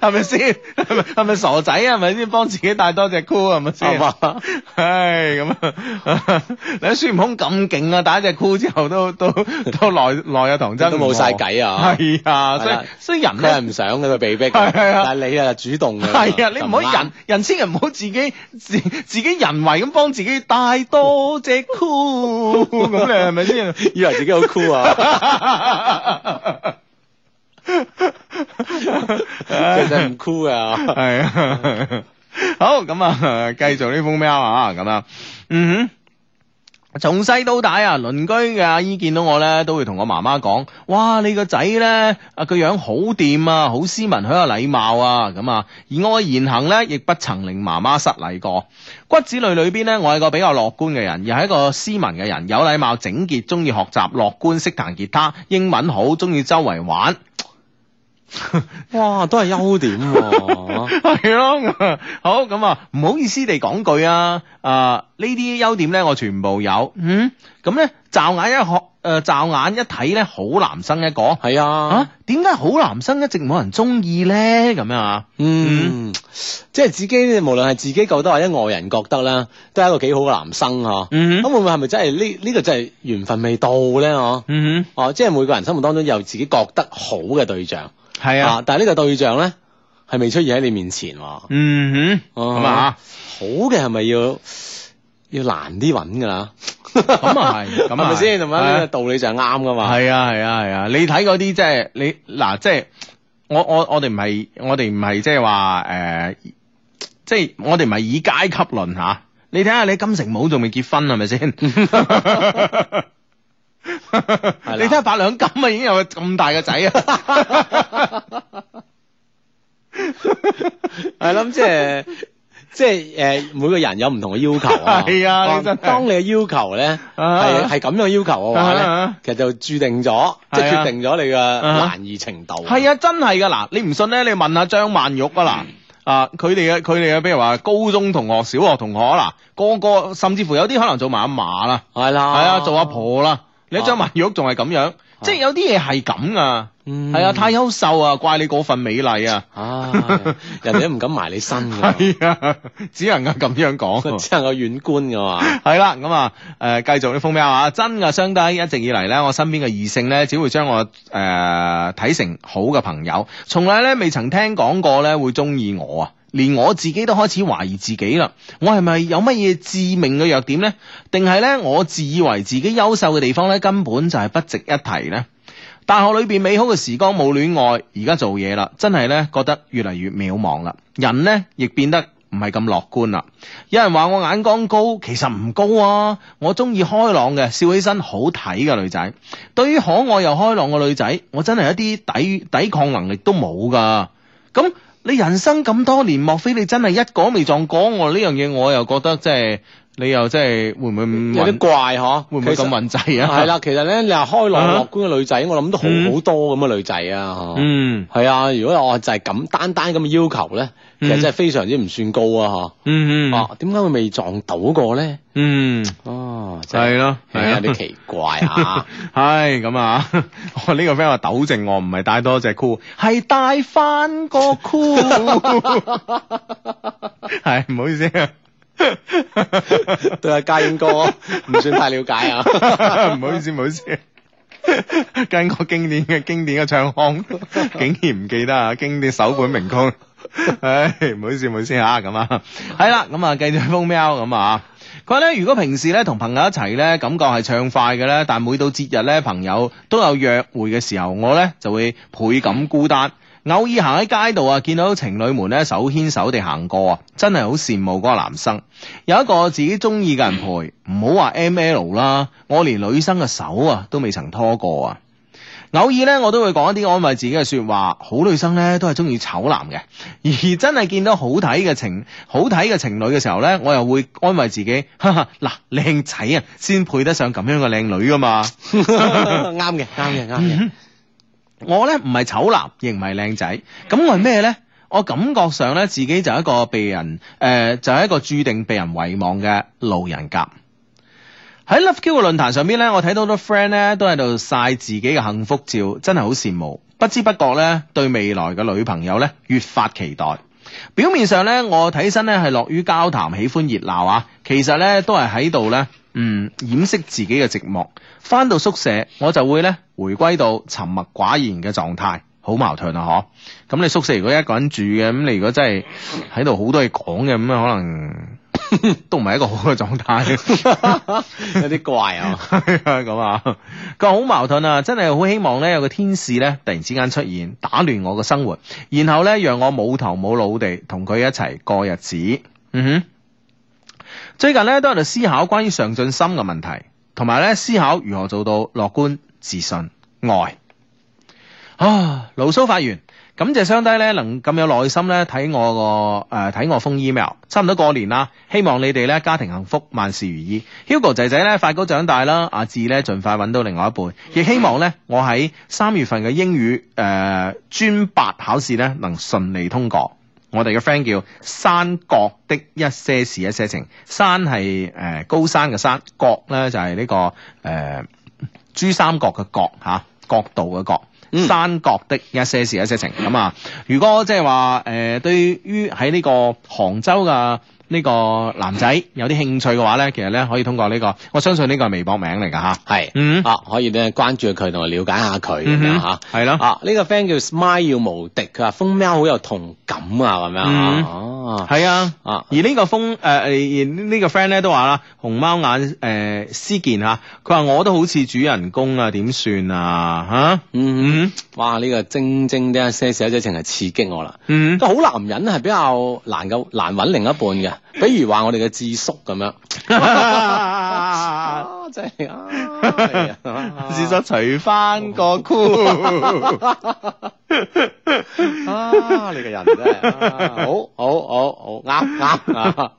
系咪先？系咪系咪傻仔啊？系咪先幫自己戴多隻箍係咪係先？嘛？唉，咁啊！你睇孫悟空咁勁啊，戴一隻箍之後都都都耐耐啊，唐僧都冇晒計啊系啊，所以係啦所以人佢係咧。唔想嘅，佢被逼嘅，係係啊但係你啊主動嘅，係啊，你就唔可以啱人人千祈唔好自己自自己人為咁幫自己戴多隻箍，咁你係咪先？以為自己好酷啊， 其實唔酷噶。系啊，好咁啊，繼續呢封 mail 啊，咁啊，嗯哼。從細到大啊，鄰居嘅阿姨見到我咧，都會同我媽媽講：，哇，你個仔咧，啊個樣好掂啊，好斯文，好有禮貌啊，咁啊。而我嘅言行咧，亦不曾啊令媽媽失禮過。骨子裏裏邊咧，我係個比較樂觀嘅人，又係一個斯文嘅人，有禮貌、整潔，中意學習，樂觀，識彈吉他，英文好，中意周圍玩。哇，都係優點喎，系咯，咁啊好咁啊，唔好意思地講句啊，啊呢啲優點咧我全部有，嗯，咁咧驟眼一學，誒、驟眼一睇咧好男生一個，係啊啊，點解好男生一直冇人中意咧？咁樣啊，嗯，即係自己無論係自己覺得或者外人覺得啦，都係一個幾好嘅男生嗬。嗯咁會唔會係咪真係呢？呢個就係緣分未到咧嗬？嗯哦，即係每個人心目當中有自己覺得好嘅對象，哼，係啊，啊，但係呢個對象咧係未出現喺你面前喎。嗯哼，哦咁啊好嘅係咪要要難啲揾㗎啦？咁啊係咁啊 係咪先？係咪係啊呢個道理就係啱㗎嘛？係啊係啊係啊！你睇嗰啲即係你嗱，即係我我我哋唔係我哋唔係即係話誒，即係我哋唔係以階級論吓。你睇下你金城武仲未結婚係咪先？你睇下八兩金啊，已經有個咁大個仔啊！係諗即係。 即係誒、每個人有唔同嘅要求 啊。係啊你真係當你嘅要求咧啊係係咁樣要求嘅話啊咧啊，其實就注定咗，即係係啊決定咗你嘅啊難易程度。係啊，真係噶嗱，你唔信咧，你問下張曼玉啊嗱。啊！佢哋嘅佢哋嘅，譬如話高中同學、小學同學啊嗱，個個甚至乎有啲可能做埋阿嫲啦，係係啦，啊，做阿，婆啦。你張曼玉仲係咁樣，即係有啲嘢係咁啊。嗯係啊，太優秀啊，怪你嗰份美麗啊。啊，人哋都唔敢埋你身㗎， 係啊，只能夠咁樣 講。只能夠遠觀㗎嘛。 係啦，咁啊，誒、繼續呢封 mail 啊，真嘅相低，一直以嚟咧，我身邊嘅異性咧，只會將我誒睇、成好嘅朋友，從來咧未曾聽講過咧會中意我啊，連我自己都開始懷疑自己啦，我係咪有乜嘢致命嘅弱點咧？定係咧我自以為自己優秀嘅地方咧，根本就係不值一提咧？大學裏邊美好嘅時光冇戀愛，而家做嘢啦，真係咧覺得越嚟越渺茫啦。人咧亦變得唔係咁樂觀啦。有人話我眼光高，其實唔高啊。我中意開朗嘅，笑起身好睇嘅女仔。對於可愛又開朗嘅女仔，我真係一啲抵抵抗能力都冇噶。咁你人生咁多年，莫非你真係一個都未撞過？我呢樣嘢我又覺得即係你又即係會唔會咁有啲混怪嗬，會唔會咁混滯啊？係啦，其實咧，你話開朗啊樂觀嘅女仔，我諗都好嗯好多咁嘅女仔啊，嗬嗯，係啊，如果我就係咁單單咁嘅要求咧，其實真係非常之唔算高啊，嗯嗯嗬。哦，點解會未撞到過咧？嗯，哦，真係係咯， 係啊有咯啲。奇怪 啊！ 唉，咁啊， 我呢個 friend 話糾正我，唔係帶多隻箍，係帶翻個 箍，係唔好意思啊，對阿嘉英哥唔算太了解 啊。唔好意思，唔好意思。跟個經典嘅經典嘅唱腔，竟然唔記得啊！經典首本名曲，唉，唔好意思，唔好意思吓咁啊，係啦，咁啊，繼續封 mail 咁啊。佢話咧，如果平時咧同朋友一齊咧，感覺係暢快嘅咧，但每到節日咧，朋友都有約會嘅時候，我咧就會倍感孤單。偶爾行喺街度啊，見到情侶們咧手牽手地行過啊，真係好羨慕嗰個男生，有一個自己中意嘅人陪，唔好話 M L 啦，我連女生嘅手啊都未曾拖過啊。偶爾咧，我都會講一啲安慰自己嘅説話。好女生咧都係中意醜男嘅，而真係見到好睇嘅情好睇嘅情侶嘅時候咧，我又會安慰自己，哈哈，嗱靚仔啊，先配得上咁樣嘅靚女噶嘛。啱嘅，啱嘅，啱嗯嘅。我咧唔係醜男，亦唔係靚仔，咁我係咩咧？我感覺上咧自己就係一個被人誒、呃就係、一個注定被人遺忘嘅路人甲。喺 Love Q 嘅論壇上邊咧，我睇到好多 friend 咧都喺度晒自己嘅幸福照，真係好羨慕。不知不覺咧，對未來嘅女朋友咧越發期待。表面上咧，我睇起身咧係樂於交談，喜歡熱鬧啊，其實咧都係喺度咧，嗯，掩飾自己嘅寂寞。翻到宿舍，我就會咧回歸到沉默寡言嘅狀態，好矛盾啊！嗬，咁你宿舍如果一個人住嘅，咁你如果真係喺度好多嘢講嘅，咁可能 都唔係一個好嘅狀態。有啲怪啊！係啊， 咁啊，佢話好矛盾啊，真係好希望咧有個天使咧突然之間出現，打亂我嘅生活，然後咧讓我冇頭冇腦地同佢一齊過日子。嗯哼，最近咧都喺度思考關於上進心嘅問題，同埋咧思考如何做到樂觀、自信、愛。啊，牢騷發完，感謝雙低咧能咁有耐心咧睇我個誒睇我封 email，差唔多過年啦，希望你哋咧家庭幸福，萬事如意。Hugo 仔仔咧快高長大啦，阿志咧盡快揾到另外一半，亦希望咧我喺三月份嘅英語誒、呃、專八考試咧能順利通過。我哋嘅 friend 叫山角的一些事一些情，山係誒、呃高山嘅山，角咧就係、呢、個誒、呃珠三角嘅角嚇，角度嘅角。嗯山角的一些事一些情咁啊！如果即係話誒，對於喺呢個杭州嘅呢個男仔有啲興趣嘅話咧，其實咧可以通過呢、個，我相信呢個係微博名嚟㗎吓。係嗯啊，可以咧關注佢同埋了解下佢咁樣吓。係咯，嗯啊！呢、個 friend 叫 Smile 要無敵，佢話風喵好有同感啊，咁樣嗯啊哦係啊。啊，而呢個風誒、呃而呢個 friend 咧都話啦，熊貓眼誒思健嚇，佢話我都好似主人公啊，點算啊嚇？嗯，嗯哇！呢、個晶晶啲一啊些事一些情係刺激我啦。 嗯，個好男人係比較難夠難揾另一半嘅，比如話我哋嘅智叔咁樣。嗯啊，真 係啊係啊，事實除翻 個箍。啊，你個人真係啊好好好好啱 啱啊！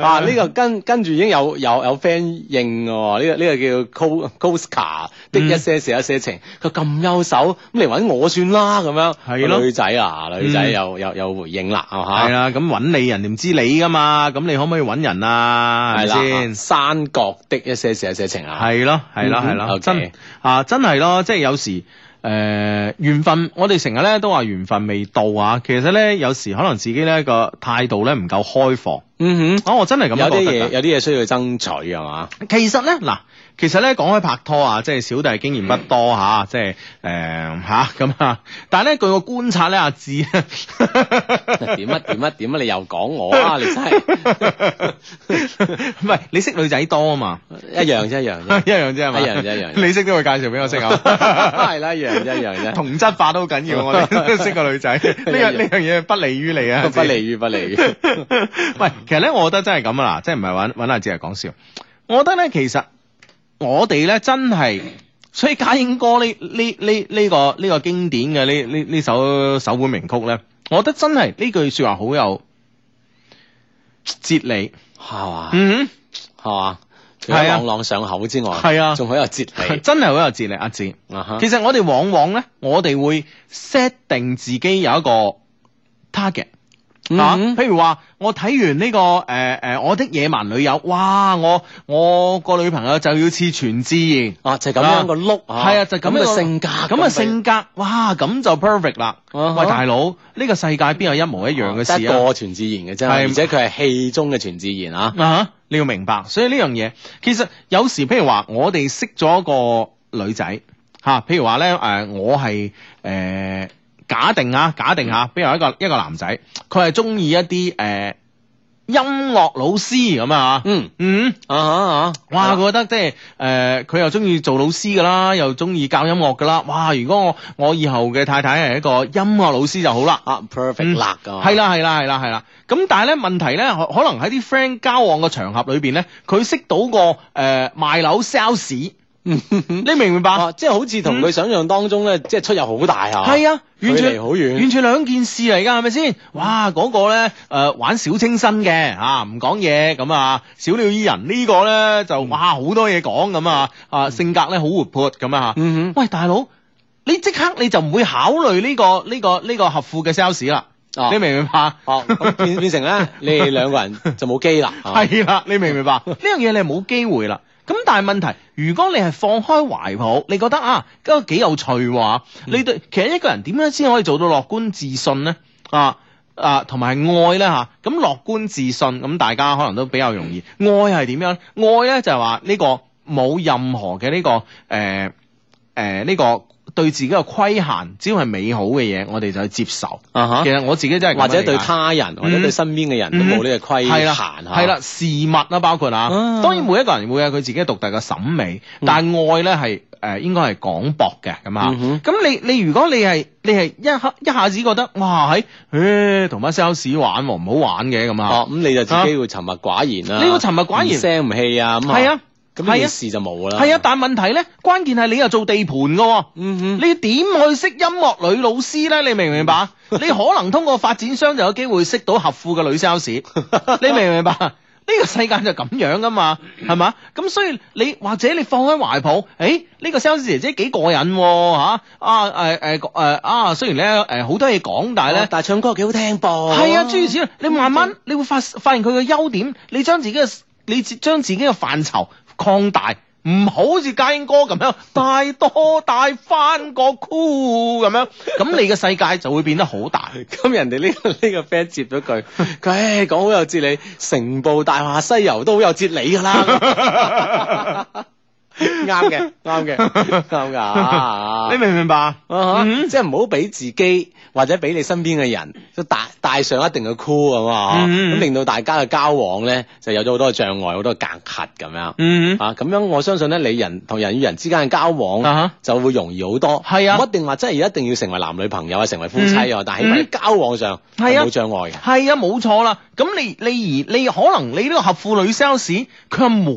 啊！呢、個跟跟住已經有有有 friend 應嘅喎，呢、個呢、個叫 Co Costa 的一些事一些情，佢咁優秀，咁嚟揾我算啦咁樣。係咯女仔啊，女仔嗯又又又回應啦，係啊嘛？系啦，咁揾你人哋唔知你噶嘛，咁你可唔可以揾人啊？係咪係啦，先？山角的一些事一些情啊，係咯，係咯，嗯係咯， OK 真啊，真係咯，即係有時诶缘分，我哋成日咧都話緣分未到啊，其實咧有時可能自己咧個態度咧唔夠開放，嗯啊，我真係咁哼，樣有啲覺得嘢㗎有啲嘢需要爭取 係嘛？其實咧嗱，其實咧講開拍拖啊，即係小弟經驗不多吓、即係誒吓咁啊。但係咧據我觀察咧，阿志點啊點啊點啊！你又講我啊！你真係 唔係你識女仔多啊嘛，一樣啫，一樣一啫，樣啫係嘛，一樣啫一樣啫你識都會介紹俾我識啊。 係啦，一樣啫，一樣啫，同質化都好緊要，我哋 識個女 仔呢樣呢樣嘢不利於你啊，阿志不利於不利於。 喂，其實咧，我覺得真係咁啊，嗱，即係唔係揾揾阿志嚟講笑。我覺得咧，其實我哋咧真係，所以家英哥呢呢呢呢個呢、個經典嘅呢呢呢首首本名曲咧，我覺得真係呢句说話好有哲理。係嘛？嗯係嘛？除咗係啊朗朗上口之外，係啊仲好有哲哼，理真係好有哲理，阿志。啊哈！其實我哋往往咧，我哋會 set 定自己有一個 target。啊，嗯譬如話，我睇完呢、個誒誒、呃呃我的野蠻女友》，哇！我我個女朋友就要似全智賢，啊，就係咁樣個碌係啊，就咁嘅樣性格，咁嘅性格，哇！咁就 perfect 啦。啊哈喂，大佬，呢、個世界邊有一模一樣嘅得事一啊？個全自然嘅啫，係而且佢係戲中嘅全自然啊。啊哈，你要明白，所以呢樣嘢其實有時譬如話，我哋識咗一個女仔嚇、啊譬如話咧誒，我係誒、呃假定啊，假定啊，譬如話一個一個男仔，佢係中意一啲誒、呃音樂老師咁啊，嗯嗯。啊哈啊哈！哇！佢覺得即係誒，呃佢、又中意做老師噶啦，又中意教音樂噶啦。哇！如果我我以後嘅太太係一個音樂老師就好啦。啊嗯 perfect 啊啦，㗎嘛係，啦係啦係啦係啦。咁但係咧問題咧，可可能喺啲 friend 交往嘅場合裏邊咧，佢識到個誒、呃、賣樓 sales，你 明唔明白？啊，即係好似同佢想象當中咧，即係出入好大啊。嗯係啊，距完離全好遠完。全兩件事嚟㗎，係咪先？哇，嗰、個咧誒、呃玩小清新嘅嚇，唔講嘢咁啊，小鳥依人呢個咧就嗯哇好多嘢講咁啊，啊性格咧好活潑咁啊嚇。嗯喂，大佬，你即刻你就唔會考慮呢、個呢、個呢、個合富嘅 sales 啦，哼，啊你明唔明白？哦，咁變變成咧，你哋兩個人就冇機啦。啊係啦，你明唔明 白？呢樣嘢你係冇機會啦。咁但係問題，如果你係放開懷抱，你覺得啊，嗰個幾有趣喎？啊嗯你對其實一個人點樣先可以做到樂觀自信呢？啊啊，同埋愛呢？吓、咁樂觀自信，咁大家可能都比較容易。愛係點樣呢？愛呢就係話呢個冇任何嘅呢、個誒誒呢個對自己嘅規限，只要係美好嘅嘢，我哋就去接受。啊哈其，實我自己真係咁樣或者理解對他人或者對身邊嘅人都冇呢個規嗯係限啦嚇。係啦，事物啦，包括啊，啊當然每一個人會有佢自己獨特嘅審美，但係愛咧係誒應該係廣博嘅咁啊嗯。哼咁你你如果你係你係一刻一下子覺得哇喺誒同班 sales 玩喎唔好玩嘅咁啊，哦，咁你就自己會沉默寡言啦。你會沉默寡言唔聲唔氣啊，咁係啊，咁係啊呢件事就冇啦。係啊，，但係問題咧，關鍵係你又做地盤嘅喎。嗯哼。你點去識音樂女老師咧？你明唔明 白？你可能通過發展商就有機會識到合富嘅女 sales，你 明唔明白？呢個世界就咁樣噶嘛，係嘛？咁所以你或者你放開懷抱，誒、呢、個 sales 姐姐幾過癮喎、啊啊誒誒誒啊！雖然咧誒好多嘢講，但係咧哦。但係唱歌幾好聽噃。係啊，諸如此類，你慢嗯慢你會發發現佢嘅優點，你將自己嘅你自將自己嘅範疇擴大，唔好好似家英哥咁樣大多大翻個箍咁 樣，咁你嘅世界就會變得好大。咁人哋呢、個呢、個 friend 接咗句，佢唉講好有哲理，成部《大話西遊》都好有哲理㗎啦。 啱嘅，啱嘅，啱 㗎啊你明唔明白？啊哈嗯即係唔好俾自己或者俾你身邊嘅人都帶帶上一定嘅箍咁啊，嗯咁令到大家嘅交往咧就有咗好多障礙，好多隔閡咁樣。嗯，啊，咁樣我相信咧，你人同人與人之間嘅交往啊哈就會容易好多。係啊嗯唔一定話真係一定要成為男女朋友啊，成為夫妻啊，但係起碼喺交往上係係啊冇障礙嘅。係啊，冇錯啦。咁你你而你可能你呢個合婦女 sales，佢阿妹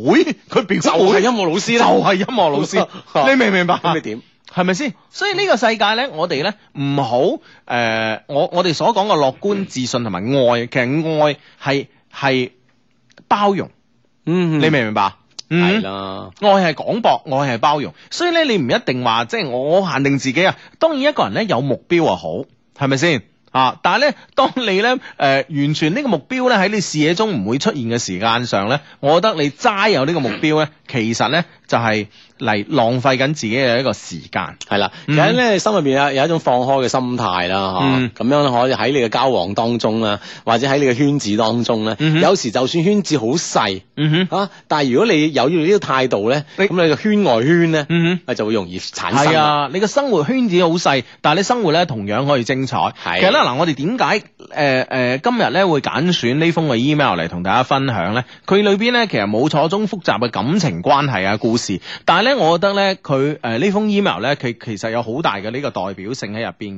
佢表就妹係音樂老師就啦，係音樂哦老 師，你明唔明白？啊咁你點？係咪先？所以呢個世界咧，我哋咧唔好誒，呃我我哋所講嘅樂觀、自信同埋愛，其實愛係係包容，嗯你明唔明白？嗯，係啦，愛係廣博，愛係包容，所以咧你唔一定話即係我限定自己啊。當然一個人咧有目標啊好，係咪先？啊！但係咧，當你咧誒、呃完全呢個目標咧喺你視野中唔會出現嘅時間上咧，我覺得你齋有呢個目標咧，其實咧就係嚟浪費緊自己嘅一個時間。係啦，其實咧心入邊有有一種放開嘅心態啦，嚇、嗯咁樣可以喺你嘅交往當中啦，或者喺你嘅圈子當中咧，嗯哼有時就算圈子好細嗯哼，啊，但係如果你有呢個態度咧，你咁你嘅圈外圈咧，嗯哼。啊就會容易產生。係，啊，你嘅生活圈子好細，但係你生活咧同樣可以精彩。係啊其實咧嗱，我哋點解誒誒今日咧會揀選呢封嘅 email 嚟同大家分享咧？佢裏邊咧其實冇錯綜複雜嘅感情關係啊故事，但係咧我覺得咧佢誒呢封 email 咧，佢其實有好大嘅呢個代表性喺入邊。